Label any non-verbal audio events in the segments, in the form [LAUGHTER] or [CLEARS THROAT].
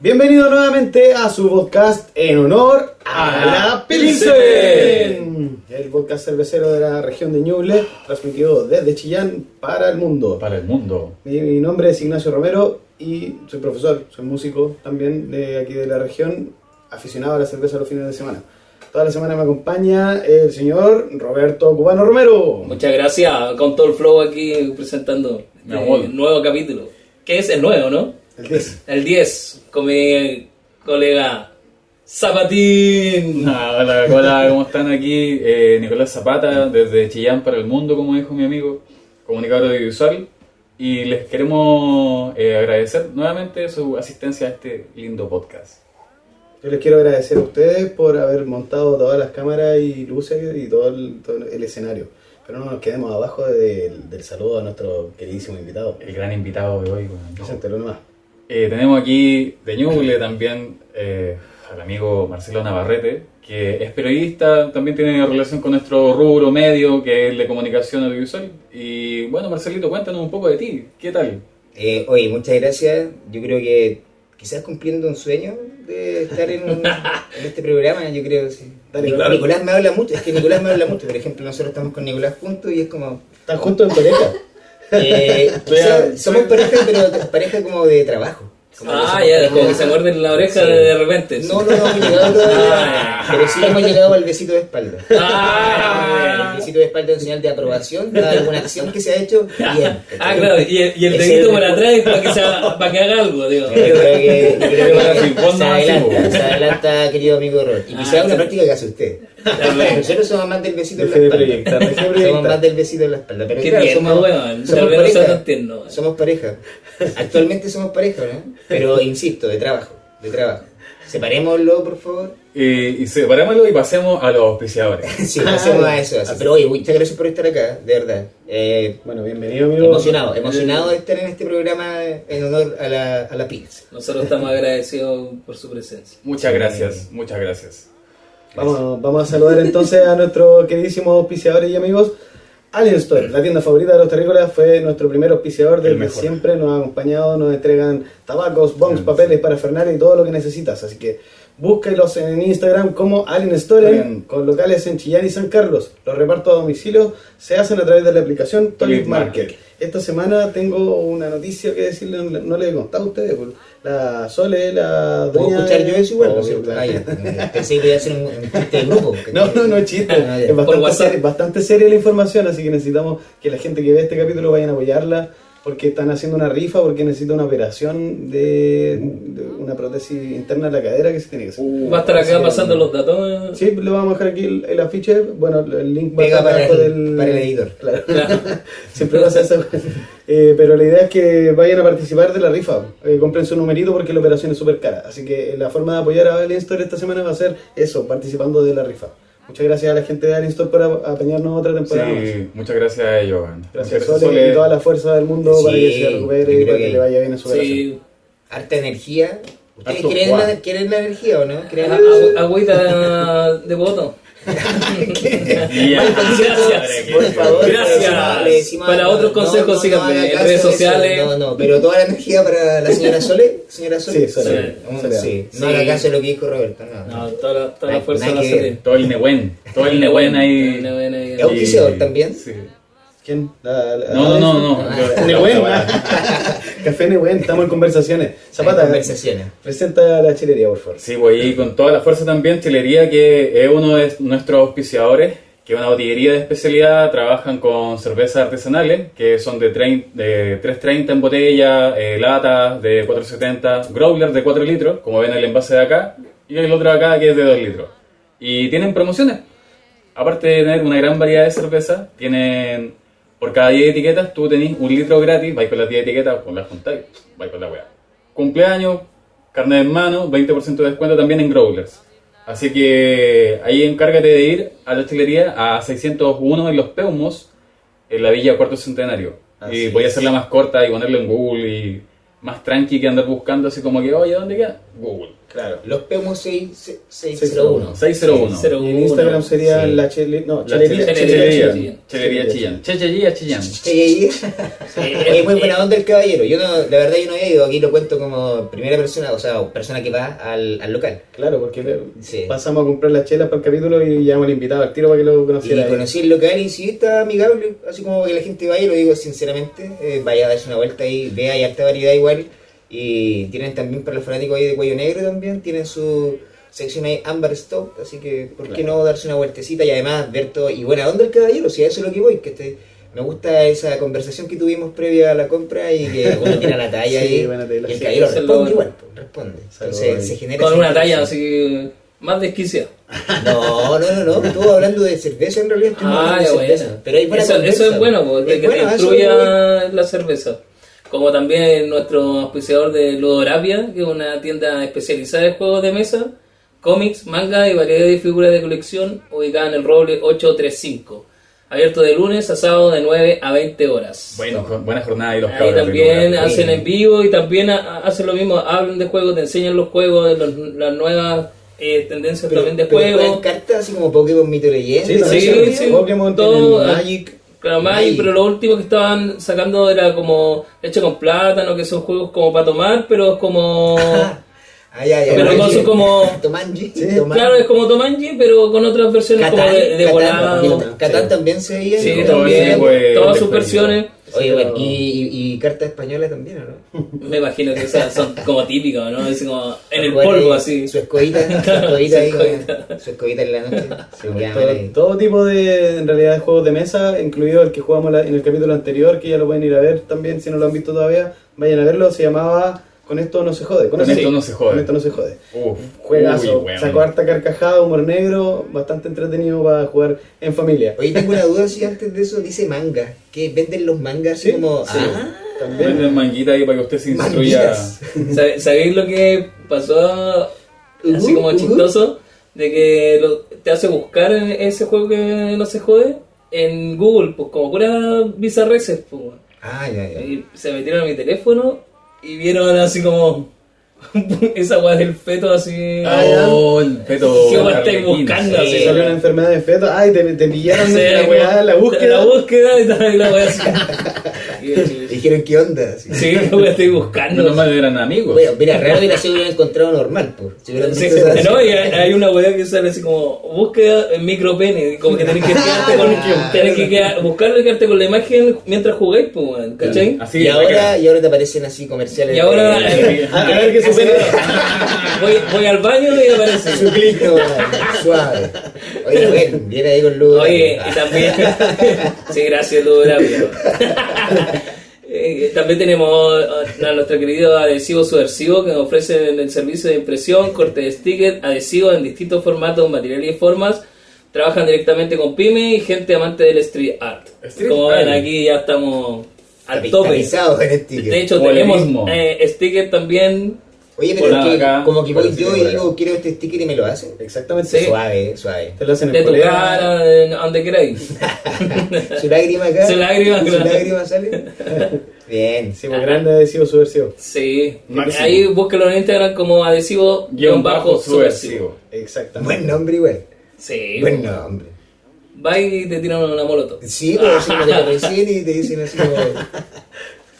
Bienvenido nuevamente a su podcast en honor a la Pilsen, el podcast cervecero de la región de Ñuble, transmitido desde Chillán para el mundo. Para el mundo. Mi, mi nombre es Ignacio Romero y soy profesor, soy músico también de aquí de la región, aficionado a la cerveza los fines de semana. Toda la semana me acompaña el señor Roberto Cubano Romero. Muchas gracias, con todo el flow aquí presentando Me este voy. nuevo capítulo. Que es el nuevo, ¿no? El 10. El 10, con mi colega Zapatín. Ah, hola, hola, ¿cómo están aquí? Eh, Nicolás Zapata, desde Chillán para el mundo, como dijo mi amigo, comunicador audiovisual. Y les queremos eh, agradecer nuevamente su asistencia a este lindo podcast. Yo les quiero agradecer a ustedes por haber montado todas las cámaras y luces y todo el, todo el escenario. Pero no nos quedemos abajo del, del saludo a nuestro queridísimo invitado. El gran invitado de hoy. bueno. Preséntelo nomás. Eh, tenemos aquí de Ñuble también eh, al amigo Marcelo Navarrete, que es periodista, también tiene relación con nuestro rubro medio, que es el de comunicación audiovisual. Y bueno, Marcelito, cuéntanos un poco de ti. ¿Qué tal? Eh, oye, muchas gracias. Yo creo que quizás cumpliendo un sueño de estar [LAUGHS] en, un- en este programa, yo creo, sí. Dale, Nic- claro. Nicolás me habla mucho, es que Nicolás me habla mucho. Por ejemplo, nosotros estamos con Nicolás juntos y es como... Están juntos en pareja. eh, [LAUGHS] Estoy quizás a- somos pareja, pero de- pareja como de trabajo. Como que Ah, somos ya, pareja como que de- se muerden la oreja Sí. de repente. No, no, no hemos [LAUGHS] llegado todavía, pero sí hemos llegado al besito de espalda. Ah. [LAUGHS] El besito de espalda es un señal de aprobación de alguna acción que se ha [LAUGHS] hecho. Bien. Ah, claro, y el, y el Ese- dedito para atrás para que, sea, para que haga algo, digo. Yo creo que, yo [LAUGHS] creo Bueno, que sin fondo, se no, adelanta, sí, se adelanta, querido amigo Robert. Y quizá Ah, una sí. práctica que hace usted. Nosotros somos más del besito en la Deje de espalda. proyectar, deje de Somos más proyectar. del besito en la espalda. Pero Qué claro, tierno, somos, weón. somos Los besos pareja. son tiernos. Somos pareja. Actualmente somos pareja, ¿no? [LAUGHS] Pero insisto, de trabajo, de trabajo. Separémoslo, por favor. Eh, y separémoslo y pasemos a los auspiciadores. [LAUGHS] Sí, pasemos a eso. así. Ah. Pero oye, muchas gracias por estar acá, de verdad. Eh, Bueno, bienvenido, amigo. eh, emocionado, emocionado de estar en este programa en honor a la, a la Pils. Nosotros estamos agradecidos por su presencia. Muchas gracias, muchas gracias. Vamos, vamos a saludar entonces a nuestros queridísimos auspiciadores y amigos. Alien Store, la tienda favorita de los terrícolas, fue nuestro primer auspiciador El desde mejor. siempre. Nos ha acompañado, nos entregan tabacos, bongs, papeles para y todo lo que necesitas. Así que búsquenlos en Instagram como Alien Store, Bien. con locales en Chillán y San Carlos. Los repartos a domicilio se hacen a través de la aplicación Tonic Tonic Market. Market. Esta semana tengo una noticia que decirle, no no le he contado a ustedes. pues. La Sole, la ¿Puedo dueña- escuchar yo eso igual? ¿no es Obvio, cierto? claro. Ah, ya. Pensé que iba a ser un, un chiste de grupo. No, no, no es chiste. Ah, ya. es bastante, WhatsApp. seria, bastante seria la información, así que necesitamos que la gente que ve este capítulo vayan a apoyarla porque están haciendo una rifa, porque necesita una operación de, de una prótesis interna de la cadera que se tiene que hacer. Va a estar Así acá que- pasando los datos. Sí, le vamos a dejar aquí el, el afiche. Bueno, el link va a Pega estar para abajo el- del. para el editor. Claro. Siempre pasa eso. [LAUGHS] Eh, pero la idea es que vayan a participar de la rifa. Eh, compren su numerito porque la operación es súper cara. Así que eh, la forma de apoyar a Alien Store esta semana va a ser eso, participando de la rifa. Muchas gracias a la gente de Alien Store por a- apañarnos otra Sí, temporada más. muchas gracias a ellos. Juan. Muchas Gracias, Sole, y [LAUGHS] toda la fuerza del mundo para que Sí, se yo recupere y creo para que- que le vaya bien en su operación. Sí, Harta energía. ¿Ustedes Harto quieren Juan. la, quieren la energía o no? ¿Quieren A- la agu- agüita de voto. Y [LAUGHS] ya. Gracias. Por favor, Gracias. le decimos- le decimos- Para otros consejos, síganme haga en caso redes de eso. sociales. No, no, pero toda la energía para la señora Sole. Señora Sole. Sí, Sole. Mm, Sole. sí. Sí. No haga caso de lo que dijo Roberto. No. No, toda la, toda la Nada- fuerza nada va a que salir. ver. Todo el Nehuen, todo el Nehuen ahí. Nehuen, Nehuen. Es auspiciador también. Sí. ¿Quién? La- la- No, no, la- [LAUGHS] no, no. Yo- Nehuen, no, ¿eh? [LAUGHS] Café Nehuen, estamos en conversaciones. Zapata, Conversaciones. presenta la chilería, por favor. Sí, voy ahí con toda la fuerza también. Chilería, que es uno de nuestros auspiciadores, que es una botillería de especialidad. Trabajan con cervezas artesanales, que son de, trein- de 3.30 en botella, eh, latas de 4.70, growler de 4 litros, como ven el envase de acá, y el otro de acá que es de 2 litros. Y tienen promociones. Aparte de tener una gran variedad de cervezas, tienen por cada 10 etiquetas, tú tenés un litro gratis, vais con las 10 etiquetas, con las juntáis, vais con la weá. Cumpleaños, carne en mano, 20% de descuento también en Growlers. Así que ahí encárgate de ir a la hostelería a 601 en Los Peumos, en la Villa Cuarto Centenario. Así y voy a es. hacerla más corta y ponerlo en Google y más tranqui que andar buscando así como que, oye, ¿dónde queda? Google. Claro. Los Pemos 601. 601. 601. 601. En Instagram sería sí. la chele... No, La chelería. chelería, chelería, chelería, chelería Chillán. Chelería Chillán. Sí, Este, es muy buena onda el caballero. Yo no, la verdad yo no he ido, aquí lo cuento como primera persona, o sea, persona que va al, al local. Claro, porque le- Sí. pasamos a comprar las chelas para el capítulo y llamamos al invitado al tiro para que lo Y conociera. conocí el local y sí está amigable, así como que la gente vaya, lo digo sinceramente, eh, vaya a darse una vuelta ahí, vea, hay harta variedad igual. Y tienen también para los fanáticos ahí de Cuello Negro también, tienen su sección ahí Amber Stop, así que por qué no darse una vueltecita y además ver todo, y buena onda el caballero, si a eso es lo que voy, que este, me gusta esa conversación que tuvimos previa a la compra y que uno tira la [LAUGHS] talla Sí, ahí, buena tela, y el sí. caballero Ese es lo responde bueno. igual, pues, responde. Saludos ahí. Entonces se genera... Con esa una talla interacción. así, más desquiciada. No, no, no, no. Estuvo hablando de cerveza en realidad. estuvo Ah, ya hablando de cerveza. bueno. Pero hay buena eso, conversa, eso es bueno, porque Es que bueno, te eso incluya la cerveza. Como también nuestro auspiciador de Ludorapia, que es una tienda especializada en juegos de mesa, cómics, manga y variedad de figuras de colección ubicada en el Roble 835. Abierto de lunes a sábado de 9 a 20 horas. Bueno, jo- buena jornada y los Ahí cabros. también de Google. hacen en vivo y también ha- hacen lo mismo, hablan de juegos, te enseñan los juegos, los- las nuevas eh, tendencias Pero, también de pero juegan juegos. cartas así como Pokémon Mito Leyenda. Sí, y todo también eso, tienen sí, ¿no? Pokémon, todo, tienen ah, Magic. Claro, Magic, Magic. pero lo último que estaban sacando era como leche con plátano, que son juegos como para tomar, pero es como... Ah, ya, ya. Pero Tomanji. con su [LAUGHS] como- Tomanji. Sí. Tomanji. claro, es como Tomanji, pero con otras versiones Catán, como de, de Catán, volado. Catán, Catán también se veía. Sí, ¿no? también, tipo de- todas de sus juego. versiones. Oye, bueno, y, y, y cartas españolas también, ¿o no? Me imagino que esas son como típicas, ¿no? Es como en el Jugar, polvo, eh, así. Su [LAUGHS] escobita, su escobita ahí, Su con- su escobita en la noche. Sí, ya, Todo, vale. todo tipo de, en realidad, de juegos de mesa, incluido el que jugamos la- en el capítulo anterior, que ya lo pueden ir a ver también, si no lo han visto todavía, vayan a verlo, se llamaba Con esto no se jode. Con eso esto sí, no se jode. Con esto no se jode. Uf, Juegazo, uy, weón. sacó harta carcajada, humor negro, bastante entretenido para jugar en familia. Oye, tengo una duda si antes de eso dice manga. que ¿Venden los mangas así Sí, como.? sí. Ah, Venden También. manguita ahí para que usted se instruya. Manguitas. ¿Sabe- ¿Sabéis lo que pasó así Ujú, como ujú. chistoso? De que lo- te hace buscar en ese juego que no se jode en Google, pues como pura bizarreces, pues. weón. Ah, ya, ya. Y se metieron a mi teléfono y vieron así como esa weá del feto así. Ah, ya. Oh, el peto. ¿Qué weá estáis arlequín. buscando? Si Así, salió una enfermedad de feto, ay, te, te pillaron Sí, la como- weá, la La búsqueda. [LAUGHS] búsqueda y tal, y la weá así. Y- Dijeron, ¿qué onda? Así. Sí, la weá estoy buscando. Menos mal eran amigos. Bueno, mira, raro hubiera sido hubiera encontrado normal, pues. Si hubieran Sí, visto esa- no, y hay hay una weá que sale así como búsqueda en micropene, como que tenés que quedarte con, tenés que quedar- buscarlo y quedarte con la imagen mientras jugáis, pues, weón, ¿cachai? Así, y, la ahora, cara. y ahora te aparecen así comerciales. Y ahora- [LAUGHS] de- A a ver qué sucede. Voy, voy al baño y aparece. Su clic, no, suave. Oye, bueno, viene ahí con luz. Oye, y también. [LAUGHS] sí, gracias, Lula. [LAUGHS] Eh, También tenemos a nuestro querido adhesivo subversivo que nos ofrece el servicio de impresión, corte de sticker, adhesivo en distintos formatos, materiales y formas. Trabajan directamente con pyme y gente amante del street art. Street Como art. ven, aquí ya estamos al tope. Capitalizado en el ticket. De hecho, Volerismo. tenemos eh, sticker también. Oye, pero Hola, es que, acá. como que voy Bueno, sí, yo y hola. digo, quiero este sticker y me lo hacen. Exactamente. Sí. Suave, suave. Te lo hacen De en tu polera. cara, de donde queráis. Su lágrima acá. Su lágrima, Su claro. [LAUGHS] lágrima sale. Bien. Sí, pues, grande adhesivo subversivo. Sí, Máximo. ahí búsquelo en Instagram como adhesivo Guión bajo subversivo. Exactamente. Buen nombre igual. Sí, Buen nombre. va y te tiran una molotov. Sí, pero si no te [LAUGHS] conocen y te dicen así como...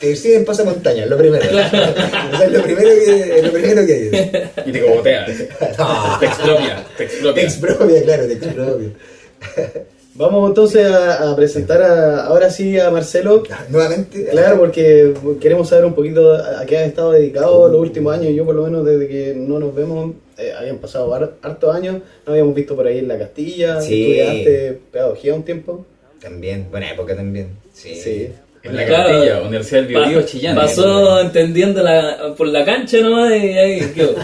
Te exigen pasa montaña, lo primero. [LAUGHS] O sea, lo primero que, lo primero que dicen. Y te cogotea. Ah, Te expropia. Te Te expropia. expropia, claro, te expropia. Vamos entonces a, a presentar a- ahora sí a Marcelo. Nuevamente. Claro, porque queremos saber un poquito a a qué has estado dedicado los últimos años. Yo por lo menos desde que no nos vemos, eh, habían pasado har- hartos años, no habíamos visto por ahí en la Castilla, Sí. estudiaste pedagogía un tiempo. También, buena época también. Sí. Sí. En la Claro. cartilla, Universidad del Biobío, Pa- Chillán. pasó entendiendo la, por la cancha nomás y ahí quedó.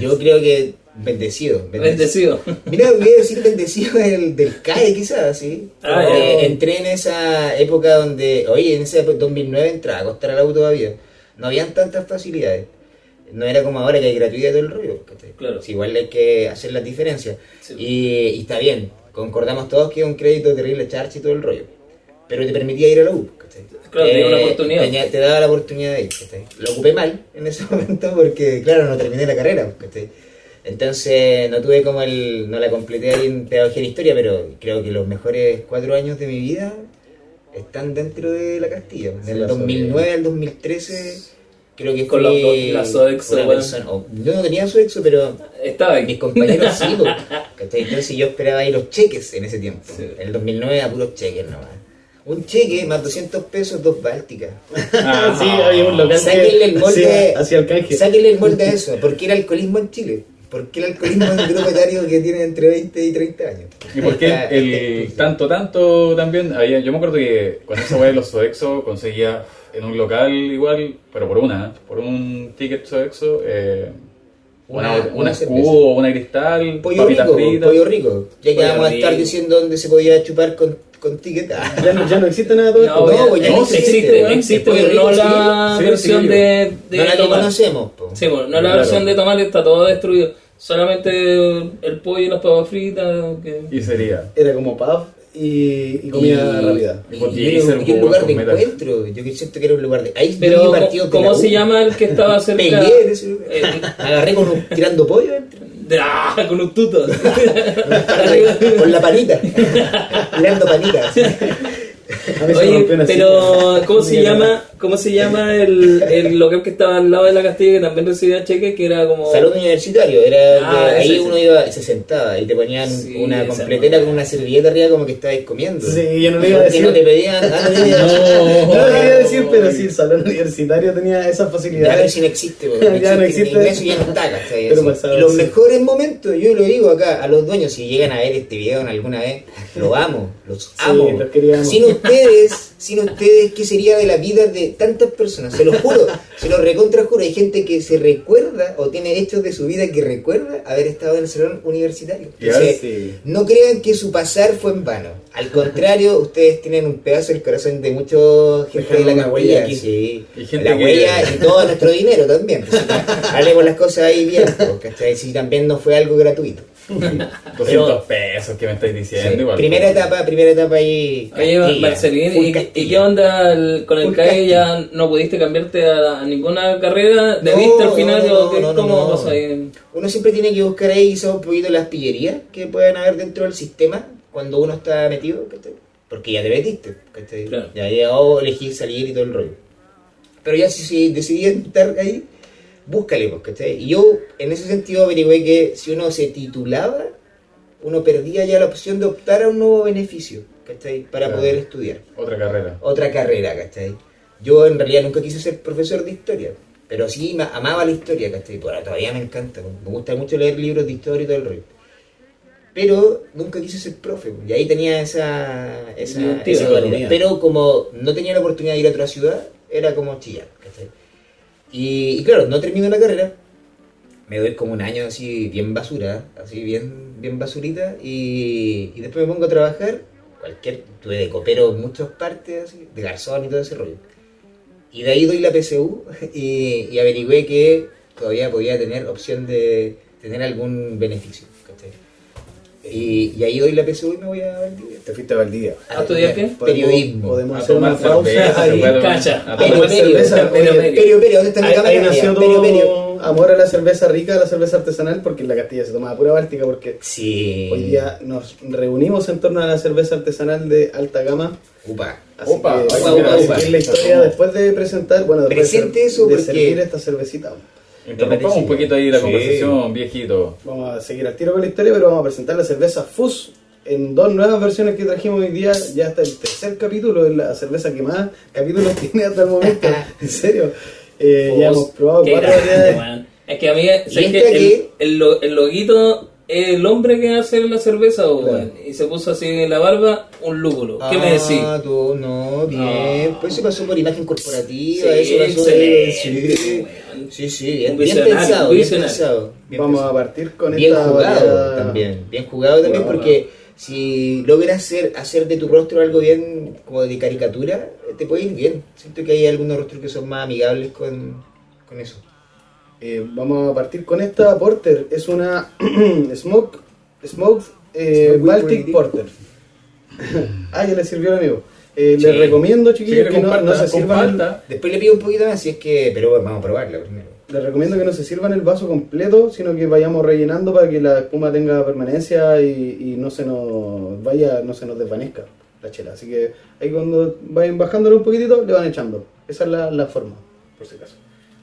Yo creo que bendecido. Bendecido. Mira, voy a decir bendecido del, del CAE, quizás, sí. Ah, Eh, ya. entré en esa época donde, oye, en esa época, 2009 entraba a costar el auto todavía. No habían tantas facilidades. No era como ahora que hay gratuidad todo el rollo. ¿cachai? Claro. Sí, igual hay que hacer las diferencias. Sí. Y, y está bien, concordamos todos que es un crédito terrible charge y todo el rollo. Pero te permitía ir a la U. ¿cachai? [LAUGHS] Claro, tenía una oportunidad. Eh, tenía- te daba la oportunidad de ir. ¿cachai? Lo ocupé mal en ese [LAUGHS] momento porque, claro, no terminé la carrera. ¿cachai? Entonces no tuve como el... No la completé ahí en pedagogía en historia, pero creo que los mejores cuatro años de mi vida están dentro de la Castilla. Sí, Del la 2009 al 2013 creo que Con fui los dos- la Sodexo, una bueno. persona- o- Yo no tenía Sodexo, pero Estaba mis aquí. compañeros sí. po, ¿cachai? Entonces yo esperaba ahí los cheques en ese tiempo. Sí. En el 2009 a puros cheques nomás. Un cheque más 200 pesos, dos bálticas. [LAUGHS] Ah, sí, había un local Sáquenle el que molde. hacía, hacía el canje. Sáquenle el molde a eso. ¿Por qué el alcoholismo en Chile? ¿Por qué el alcoholismo en un grupo etario que tiene entre 20 y 30 años? ¿Y por qué Está- este, el tanto, tanto también? Había, yo me acuerdo que cuando esa weá de los Sodexo conseguía en un local igual, pero por una, ¿eh? por un ticket Sodexo, eh, una, Una- una, una escudo, una cristal, Pollo papitas rico, fritas. pollo rico. Ya que Pollo vamos a estar rico. diciendo dónde se podía chupar con, con ticket. Ah. Ya no, ya no existe nada de todo No, esto. No, ya- ya no, no sí existe, existe, weón. existe, Este pero no pollo rico, la sí, sí, versión sí, de, de no la que tomar. conocemos, po. Sí, bueno, no la Claro. versión de tomar está todo destruido. Solamente el pollo y las papas fritas. Que... Y sería. Era como pub y, y comida Y- rápida. Y, Porque y hice era un- un y un lugar de con metal. encuentro. Yo que siento que era un lugar de. Ahí vi Pero, partidos de ¿cómo la se U. llama el que [LAUGHS] estaba cerca? Peleé en ese lugar. Eh, [LAUGHS] Agarré con un- tirando [LAUGHS] pollo dentro, de- ah, con un [LAUGHS] tuto. con la panita. tirando panita. así. A mí se me Oye, rompió una silla. pero ¿cómo se Mira, llama, cómo se llama el, el local que estaba al lado de la Castilla que también recibía cheques? Que era como... Salón universitario, era Ah, de- ahí ese, uno ese. iba, se sentaba y te ponían Sí, una esa completera madre. con una servilleta arriba como que estabais comiendo. Sí, yo no le iba a Y no decir. te pedían, ah, [LAUGHS] no te iba a decir. [LAUGHS] No No, lo quería decir, pero sí, el salón universitario tenía esas Ya pero facilidades. si no existe, weón. [LAUGHS] Ya no existe. en Ignacio ya no está, ¿cachai? Pero Así. pasaba Y los así. mejores momentos, yo lo digo acá, a los dueños, si llegan a ver este video en alguna vez, lo amo, [LAUGHS] los amo. los queríamos. sin ustedes, sin ustedes, ¿qué sería de la vida de tantas personas? Se lo juro, se lo recontra juro. Hay gente que se recuerda o tiene hechos de su vida que recuerda haber estado en el salón universitario. Ya, Entonces, Sí. no crean que su pasar fue en vano. Al contrario, ustedes tienen un pedazo del corazón de mucha gente de la Dejaron una huella Castilla, aquí. sí. Y gente la que- huella y todo nuestro dinero también. pues, sí, hablemos las cosas ahí bien, pues, ¿cachai? Si también no fue algo gratuito. 200 pesos que me estáis diciendo. Sí. igual. pues. Primera etapa, primera etapa ahí. Oye, Castilla, Marcelín, full ¿y, Castilla. y qué onda el- con el Full CAE? Castilla. ¿Ya no pudiste cambiarte a, a ninguna carrera? ¿De No, vista al no, final? no, o qué- no, no, ¿Cómo no. pasó ahí? Uno siempre tiene que buscar ahí quizás un poquito las pillerías que puedan haber dentro del sistema cuando uno está metido, ¿cachai? Porque ya te metiste, ¿cachai? Claro. Ya llegó, elegí salir y todo el rollo. Pero ya si, si decidí estar ahí, búscale, pues, ¿cachai? Y yo en ese sentido averigüé que si uno se titulaba, uno perdía ya la opción de optar a un nuevo beneficio, ¿cachai? Para Claro. poder estudiar Otra carrera. otra carrera, ¿cachai? Yo en realidad nunca quise ser profesor de historia, pero sí ma- amaba la historia, ¿cachai? Por ahora todavía me encanta, pues, me gusta mucho leer libros de historia y todo el rollo. Pero nunca quise ser profe, pues, y ahí tenía esa, esa, Identidad. esa dualidad. Autonomía. Pero como no tenía la oportunidad de ir a otra ciudad, era como chillar, ¿cachai? Y, y claro, no termino la carrera, me doy como un año así bien basura, así bien, bien basurita, y, y después me pongo a trabajar, cualquier, tuve de copero en muchas partes, así, de garzón y todo ese rollo. Y de ahí doy la PSU y, y averigüé que todavía podía tener opción de tener algún beneficio. ¿cachai? Y, y ahí doy la PSU y me voy a Valdivia. Te fuiste a Valdivia. ¿A estudiar qué? Podemos- Periodismo. Podemos A hacer tomar una pausa cerveza, se ahí. puede tomar- Cacha. a Pero- tomar- Perio, Perio, cerveza, oye, Perio, Perio, Perio, ¿dónde está mi Ahí, ahí cámara? nació Perio, Perio. todo amor a la cerveza rica, a la cerveza artesanal, porque en la Castilla se tomaba pura báltica, porque Sí. hoy día nos reunimos en torno a la cerveza artesanal de alta gama. Upa. Así Opa, que opa, vamos a opa, seguir opa. la historia después de presentar, bueno, después de Presente ser- eso, de porque- servir esta cervecita. Interrumpamos un poquito ahí la Sí. conversación, viejito. Vamos a seguir al tiro con la historia, pero vamos a presentar la cerveza Fus en dos nuevas versiones que trajimos hoy día. Ya hasta el tercer capítulo, es la cerveza que más capítulos [LAUGHS] tiene hasta el momento. En serio. Eh, ya hemos probado Qué cuatro grande, variedades. weón. Es que a mí, ¿sabes Y qué? este el, aquí- el, lo- el loguito es el hombre que hace la cerveza, weón. Y se puso así en la barba un lúpulo. ¿Qué me decís? Ah, tú, no, bien. No. Pues eso pasó por imagen corporativa, Sí, eso pasó excelente, sí. weón. Sí, sí, bien, Un bien visionario, pensado, un bien visionario. pensado. Bien Vamos a pensado. partir con Bien esta jugado variedad. también, bien jugado también Jugado. porque si logras hacer, hacer de tu rostro algo bien como de caricatura, te puede ir bien. Siento que hay algunos rostros que son más amigables con, con eso. Eh, vamos a partir con esta Porter. [CLEARS THROAT] Es una Smoke, smoke eh, Smoke Baltic [LAUGHS] Wheat Porter. ah, ya le sirvió al amigo. Eh, Sí. Les recomiendo, Sí, chiquillos, que que no, comparta, no se sirvan. el- comparta. Después le pido un poquito más, si es que. Pero bueno, vamos a probarla primero. Les recomiendo que no se sirvan el vaso completo, sino que vayamos rellenando para que la espuma tenga permanencia y, y no se nos vaya, no se nos desvanezca la chela. Así que ahí cuando vayan bajándolo un poquitito, le van echando. Esa es la, la forma, por si acaso.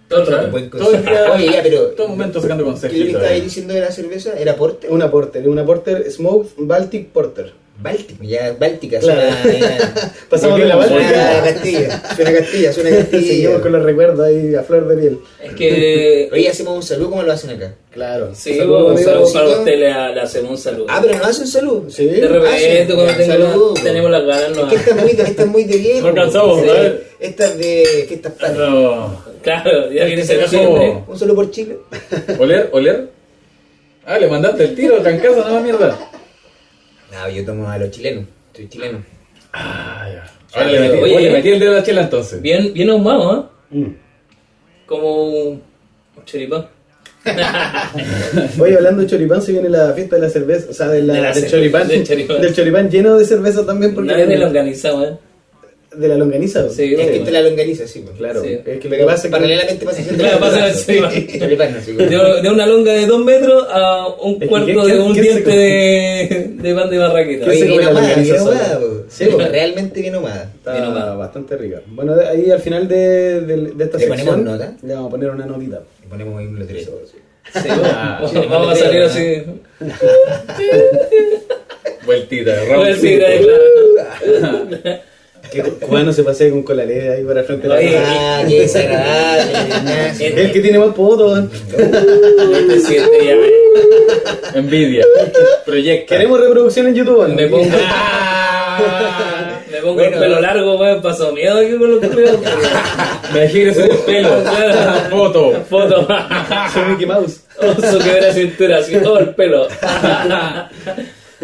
Todo el Otro ¿Ah? rato, buen todo el consejo. día, Oye, ya, pero- todo momento sacando ¿Qué es lo que consejitos. estaba ahí eh. ahí. diciendo de la cerveza? ¿Era porter? Una porter, una porter Smoke Baltic Porter. Báltica, ya, Báltica, Claro. suena, ya- Pasamos de la suena Báltica. a Castilla, suena a Castilla, [LAUGHS] suena a Seguimos con Castilla. los recuerdos ahí a flor de piel. Es que. [LAUGHS] Hoy hacemos un saludo como lo hacen acá. Claro. Sí, Saludos, vos, amigos. un saludo amigos. para usted le, le hacemos un saludo. Ah, pero no hacen salud. Sí. de repente, ah, cuando sí, tengo- saludo. tenemos las ganas, Es que nos. estas muy, estas muy de viejo. pues, No alcanzamos, Sí. ¿verdad? Estas de fiestas patrias. No. Claro, ya viene septiembre. Como- Un saludo por Chile. ¿Oler? ¿Oler? Ah, le mandaste el tiro, trancazo, no mierda. No, yo tomo a los chilenos. Soy chileno. Ah, ya. Ah, Ahora le pero, metí, oye, oye, le metí el dedo a la chela entonces. Bien, bien ahumado, ¿eh? Mm. Como un un choripán. Oye, hablando de choripán, se viene la fiesta de la cerveza, o sea, de la- De la del, cerve- choripán, del choripán. Del choripán lleno de cerveza también, porque Nadie me lo organizaba, ¿eh? de la longaniza. ¿o? Sí, Es que bueno. te la longaniza, sí. pues. Claro, Sí. es que lo que Pero pasa es que... paralelamente pasa siempre Claro, pasa Sí. pues. así. Choripán, así como- De, de una longa de 2 metros a un que cuarto ¿quién- de un quién se diente come? de, de pan de barraqueta. ¿Quién Oye, se come bien la ahumada, longaniza bien sola? ahumada, po. Sí, po. pues. Realmente bien ahumada. Bien Está ahumado. bastante rica. Bueno, de- ahí al final de, de- de esta ¿Le sección... ponemos nota? Le vamos a poner una notita. Le ponemos ahí un letrero. así. Sí, Ah, vamos- vamos a salir así. Vueltita, round Pues sí, cinco. de- claro. Que cubano se pasea con cola leve ahí para frente de la Oye, eh, casa. Ah, qué desagradable. Ignacio. El que tiene más potos. Este siete ya me- Envidia. Proyecta. Queremos reproducción en YouTube. ¿no? me pongo. Me pongo el Bueno. pelo largo, weón. Paso miedo aquí con los culeos. [LAUGHS] Me gires el pelo. Claro. Foto. Foto. [LAUGHS] Soy Mickey Mouse. Oso que la cintura, así todo [LAUGHS] el pelo.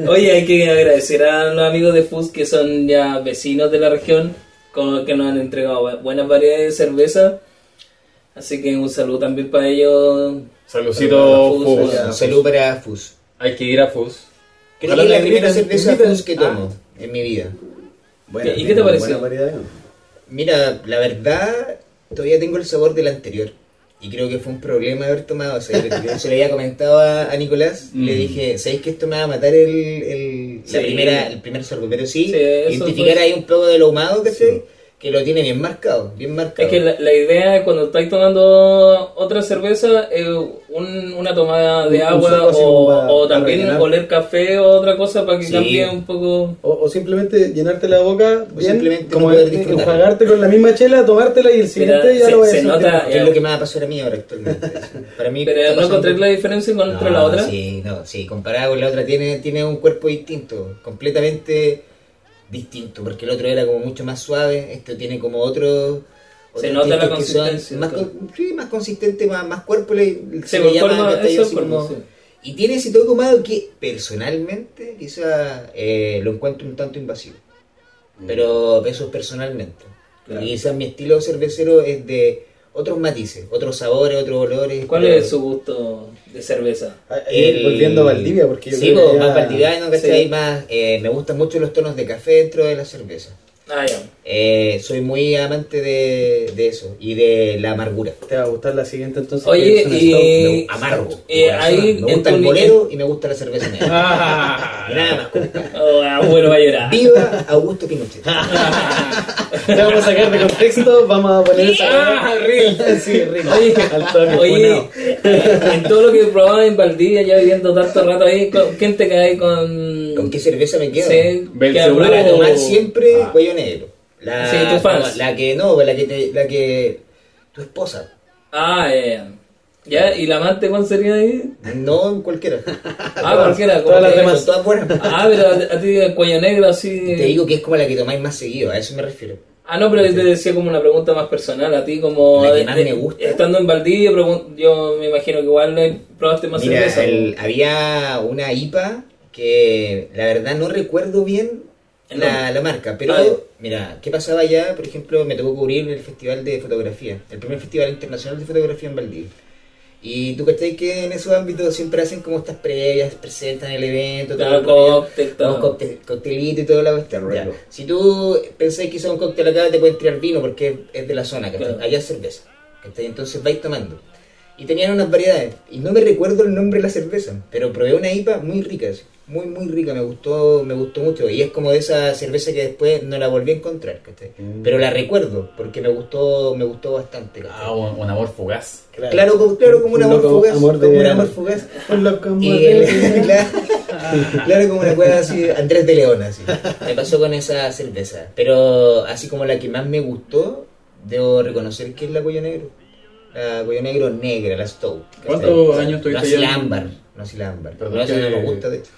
Oye, hay que agradecer a los amigos de FUS que son ya vecinos de la región, con que nos han entregado bu- buenas variedades de cerveza. Así que un saludo también para ellos. Salucito Fus, Fus. Un saludo para Fus. Hay que ir a [LAUGHS] Fus. Creo Ojalá que es la la primera invitan, cerveza invitan. Fus que tomo en mi vida. Buena, ¿Y qué te buena pareció? variedad, ¿no? Mira, la verdad, todavía tengo el sabor del anterior. Y creo que fue un problema haber tomado. O sea, yo se lo había comentado a, a Nicolás. Mm. Le dije, ¿sabéis que esto me va a matar el, el- Sí. la primera, el primer sorbo? Pero sí, Sí, eso identificar fue- ahí un poco de lo ahumado, ¿cachai? Que lo tiene bien marcado, bien marcado. Es que la, la idea es cuando estáis tomando otra cerveza, eh, un- una tomada de Un- un agua sorbo así como o, para- o para también rellenar. oler café o otra cosa para que Sí. cambie un poco. O, o simplemente llenarte la boca bien, simplemente como no poder en- disfrutar. enjuagarte con la misma chela, tomártela y el siguiente Mira, ya se- lo voy a se sentir. nota- Que es lo que me va a pasar a mí ahora [LAUGHS] actualmente. Para mí, Pero está no encontré pasando- la diferencia con- entre No, Ah, la otra. Sí, no, sí, comparada con la otra tiene, tiene un cuerpo distinto, completamente distinto, porque el otro era como mucho más suave, este tiene como otro... Se otros nota la tintes que son consistencia, Más, claro. con- sí, más consistente, más, más cuerpo le, se por le llama. forma- ¿cachai? eso Así por- como- sí. Y tiene ese toque ahumado que personalmente quizá eh, lo encuentro un tanto invasivo, pero eso es personalmente. Claro. Y quizás mi estilo cervecero es de otros matices, otros sabores, otros olores. ¿Cuál pero- es su gusto de cerveza? Ah, eh, volviendo a Valdivia, porque yo sí, creo po, que ya- más valdiviano, ¿cachai? Sí. Más, eh, me gustan mucho los tonos de café dentro de la cerveza. Ah, ya. Eh, soy muy amante de, de eso y de la amargura. Te va a gustar la siguiente entonces. Oye, que es una y- stout. Me- amargo. eh, corazón. ahí me en tu gusta el li- bolero y me gusta la cerveza negra. Ah, Nada más. compadre. Oh, ah, bueno, va a llorar. Viva Augusto Pinochet. Ah. Te vamos a sacar de contexto, vamos a poner esa. ah, real. sí, rico. Oye, Antonio, oye funao. eh, en todo lo que probaba en Valdivia, ya viviendo tanto rato ahí, ¿con- ¿quién te cae con...? ¿Con qué cerveza me quedo? Sí, Belcebú. que hablara Para con- tomar siempre Ah. cuello negro. La, Sí, tus fans. La que no, la que, te- la que tu esposa. Ah, eh, ya. ¿Y la amante cuál sería [LAUGHS] ahí? No cualquiera. Ah, cualquiera. como todas las que- demás. Son todas buenas. Ah, pero a, a ti el cuello negro así... Te digo que es como la que tomáis más seguido, a eso me refiero. Ah, no, pero yo te decía como una pregunta más personal a ti, como... La que más me gusta. Estando en Valdivia, pregun- yo me imagino que igual eh, probaste más Mira, cerveza. el- había una IPA que la verdad no recuerdo bien El la, nombre. la marca, pero Ah, ya. mira, ¿qué pasaba allá? Por ejemplo, me tocó cubrir el Festival de Fotografía, el primer Festival Internacional de Fotografía en Valdivia. Y tú cachai que en esos ámbitos siempre hacen como estas previas, presentan el evento, Claro, el rollo, cóctel, un todo. cóctel- coctelito y todo la cuestión. ya. rollo. Si tú pensás que hizo un cóctel acá, te pueden tirar vino porque es de la zona, ¿cachai? Claro. Allá es cerveza. ¿cachai? Entonces vais tomando. Y tenían unas variedades. Y no me recuerdo el nombre de la cerveza, pero probé una IPA muy rica, así, muy, muy rica. Me gustó, me gustó mucho. Y es como de esa cerveza que después no la volví a encontrar, ¿cachai? Mm. Pero la recuerdo porque me gustó, me gustó bastante, ¿cachai? Ah, un, un amor fugaz. Claro, Claro, como, claro, como un amor loco, fugaz. amor de- como un amor fugaz. Un loco amor Y [LAUGHS] de- [LAUGHS] el- Eh, claro, claro, como una cueva así, Andrés de León, así. Me pasó con esa cerveza. Pero así como la que más me gustó, debo reconocer que es la cuello negro. La cuello negro negra, la Stout. ¿cachai? ¿Cuántos años tuviste No así ya la en- ámbar. No así la ámbar. Perdón no, esa que- no me gusta, [LAUGHS] de hecho.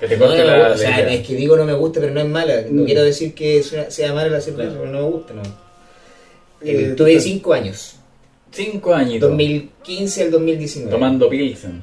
Que te No, no corte me la, gusta, la o sea, idea. es que digo no me gusta, pero no es mala. No Mm. quiero decir que sea, sea mala la cerveza, pero no me gusta, no. Eh, Eh, tuve 5 años. Cinco añitos. 2015 al 2019. Tomando Pilsen.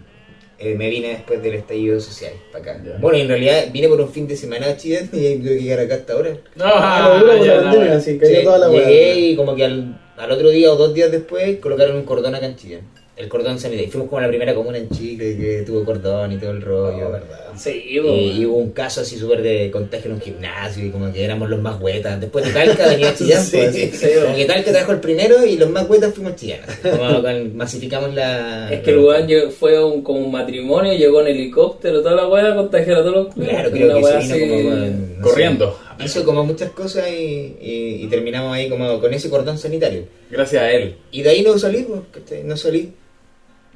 Eh, me vine después del estallido social para acá. Ya. Bueno, en realidad vine por un fin de semana a Chile [LAUGHS] y ahí tuve que llegar acá hasta ahora. No, Ah, lo duro con ya, la no, pandemia, así, cayó Sí, toda la weá. llegué y como que al, al otro día o dos días después colocaron un cordón acá en Chile. El cordón sanitario. Y Fuimos como la primera comuna en Chile que tuvo cordón y todo el rollo. Ah, verdad. Sí, Y, bo. y hubo un caso así súper de contagio en un gimnasio y como que éramos los más huetas. Después de [LAUGHS] Talca venía Chillán. Sí, pues, [LAUGHS] así. sí, como que Talca trajo el primero y los más huetas fuimos Chillán. así, [LAUGHS] Como con- masificamos la... Es que el weón llegó- fue un, como un matrimonio, llegó en helicóptero, toda la weá, contagió a todos los culos. Claro, Una creo que weá se así- vino como con- no sé, Corriendo. hizo como muchas cosas y, y- y terminamos ahí como con ese cordón sanitario. Gracias a él. Y de ahí no salimos, ¿cachai? no salí.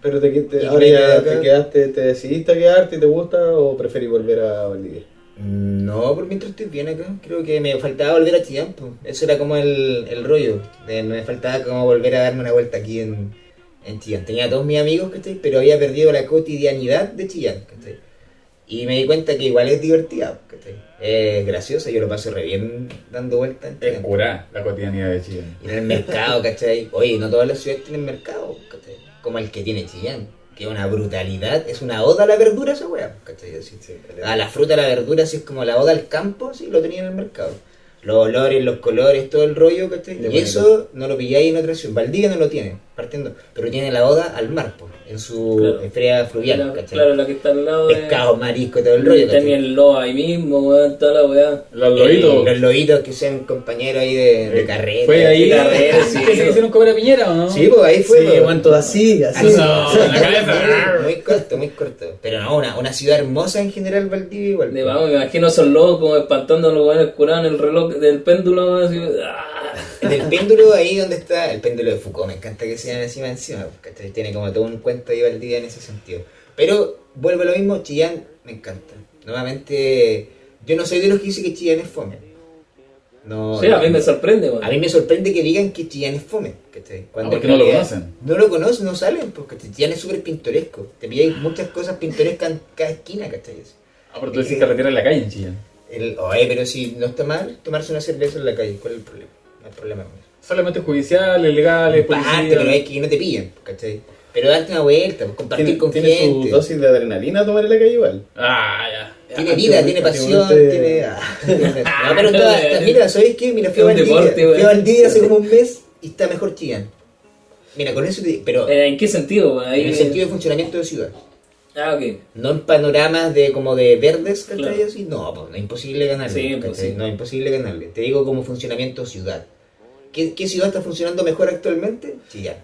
Pero te, te- Y ahora me quedé ya acá. te quedaste, te decidiste a quedarte y te gusta o preferís volver a Valdivia. No, por mientras estoy bien acá. Creo que me faltaba volver a Chillán. po. Eso era como el, el rollo. de- me faltaba como volver a darme una vuelta aquí en, en Chillán. Tenía todos mis amigos, ¿cachai? Pero había perdido la cotidianidad de Chillán, ¿cachai? Y me di cuenta que igual es divertida, ¿cachai? Es graciosa, yo lo paso re bien dando vueltas. en Es Chillán. curar la cotidianidad de Chile. Y en el mercado, ¿cachai? Oye, no todas las ciudades tienen mercado, ¿cachai? Como el que tiene Chillán, que es una brutalidad, es una oda a la verdura esa weá, ¿cachai? Así, a la fruta, a la verdura, así es como la oda al campo, sí, lo tenía en el mercado. Los olores, los colores, todo el rollo, ¿cachai? De y bonito. eso no lo pilláis en otra ciudad. Valdivia no lo tiene, partiendo, pero tiene la oda al mar, po, en su Claro. estrella fluvial, la- ¿cachai? claro, la que está al lado de. Pescado, marisco y todo el rollo, Tenía ¿cachai? el lobo ahí mismo, weón, toda la weá. Los Eh, lobitos. los lobitos que sean compañeros ahí de, eh, de carrera. Eh, Fue ahí de carrera, sí. que se le hicieron cobrar a Piñera, ¿o no? Sí, pues ahí fue. po. así, así. No, en la cabeza. Muy corto, muy corto. Pero no, una, una ciudad hermosa en general, Valdivia igual. De, vamos, me imagino son locos como espantando a los weones curados en el reloj del péndulo, así. ¡ah! En el péndulo, ahí donde está el péndulo de Foucault, me encanta que sean encima encima, ¿cachai? Tiene como todo un cuento ahí Valdivia en ese sentido. Pero vuelvo a lo mismo, Chillán me encanta. Nuevamente, yo no soy de los que dicen que Chillán es fome. No, Sí, a mí no. me sorprende, A weón. mí me sorprende que digan que Chillán es fome. ¿cachai? Ah, porque no lo conocen. No lo conocen, no salen, porque Chillán es súper pintoresco. Te pilláis muchas cosas pintorescas en cada esquina, ¿cachai? Ah, pero tú decís carretera en la calle en Chile. El, oye, pero si no está mal tomarse una cerveza en la calle, ¿cuál es el problema? No hay problema con eso. Solamente judiciales, legales, Parte, pero policía. hay que no te pillan, pues, ¿cachai? Pero darte una vuelta, pues, compartir Tiene, con tiene gente. su dosis de adrenalina tomar en la calle igual. Ah, ya. Tiene vida, tiene pasión, Antiguamente- tiene... ah, [LAUGHS] no, pero toda- esta- mira, ¿sabes qué? Mira, fui a Es un Valdivia, deporte, fui a weón. Valdivia hace como un mes y está mejor Chillán. Mira, con eso te pero Eh, ¿En qué sentido, weón? Ahí- en el sentido de funcionamiento de ciudad. Ah, ok. No en panoramas de como de verdes, ¿cachai? Claro. Así, no, pues, no es imposible ganarle. Sí, ¿cachai? imposible. No, imposible ganarle. Te digo como funcionamiento ciudad. ¿Qué, qué ciudad está funcionando mejor actualmente? Chillán.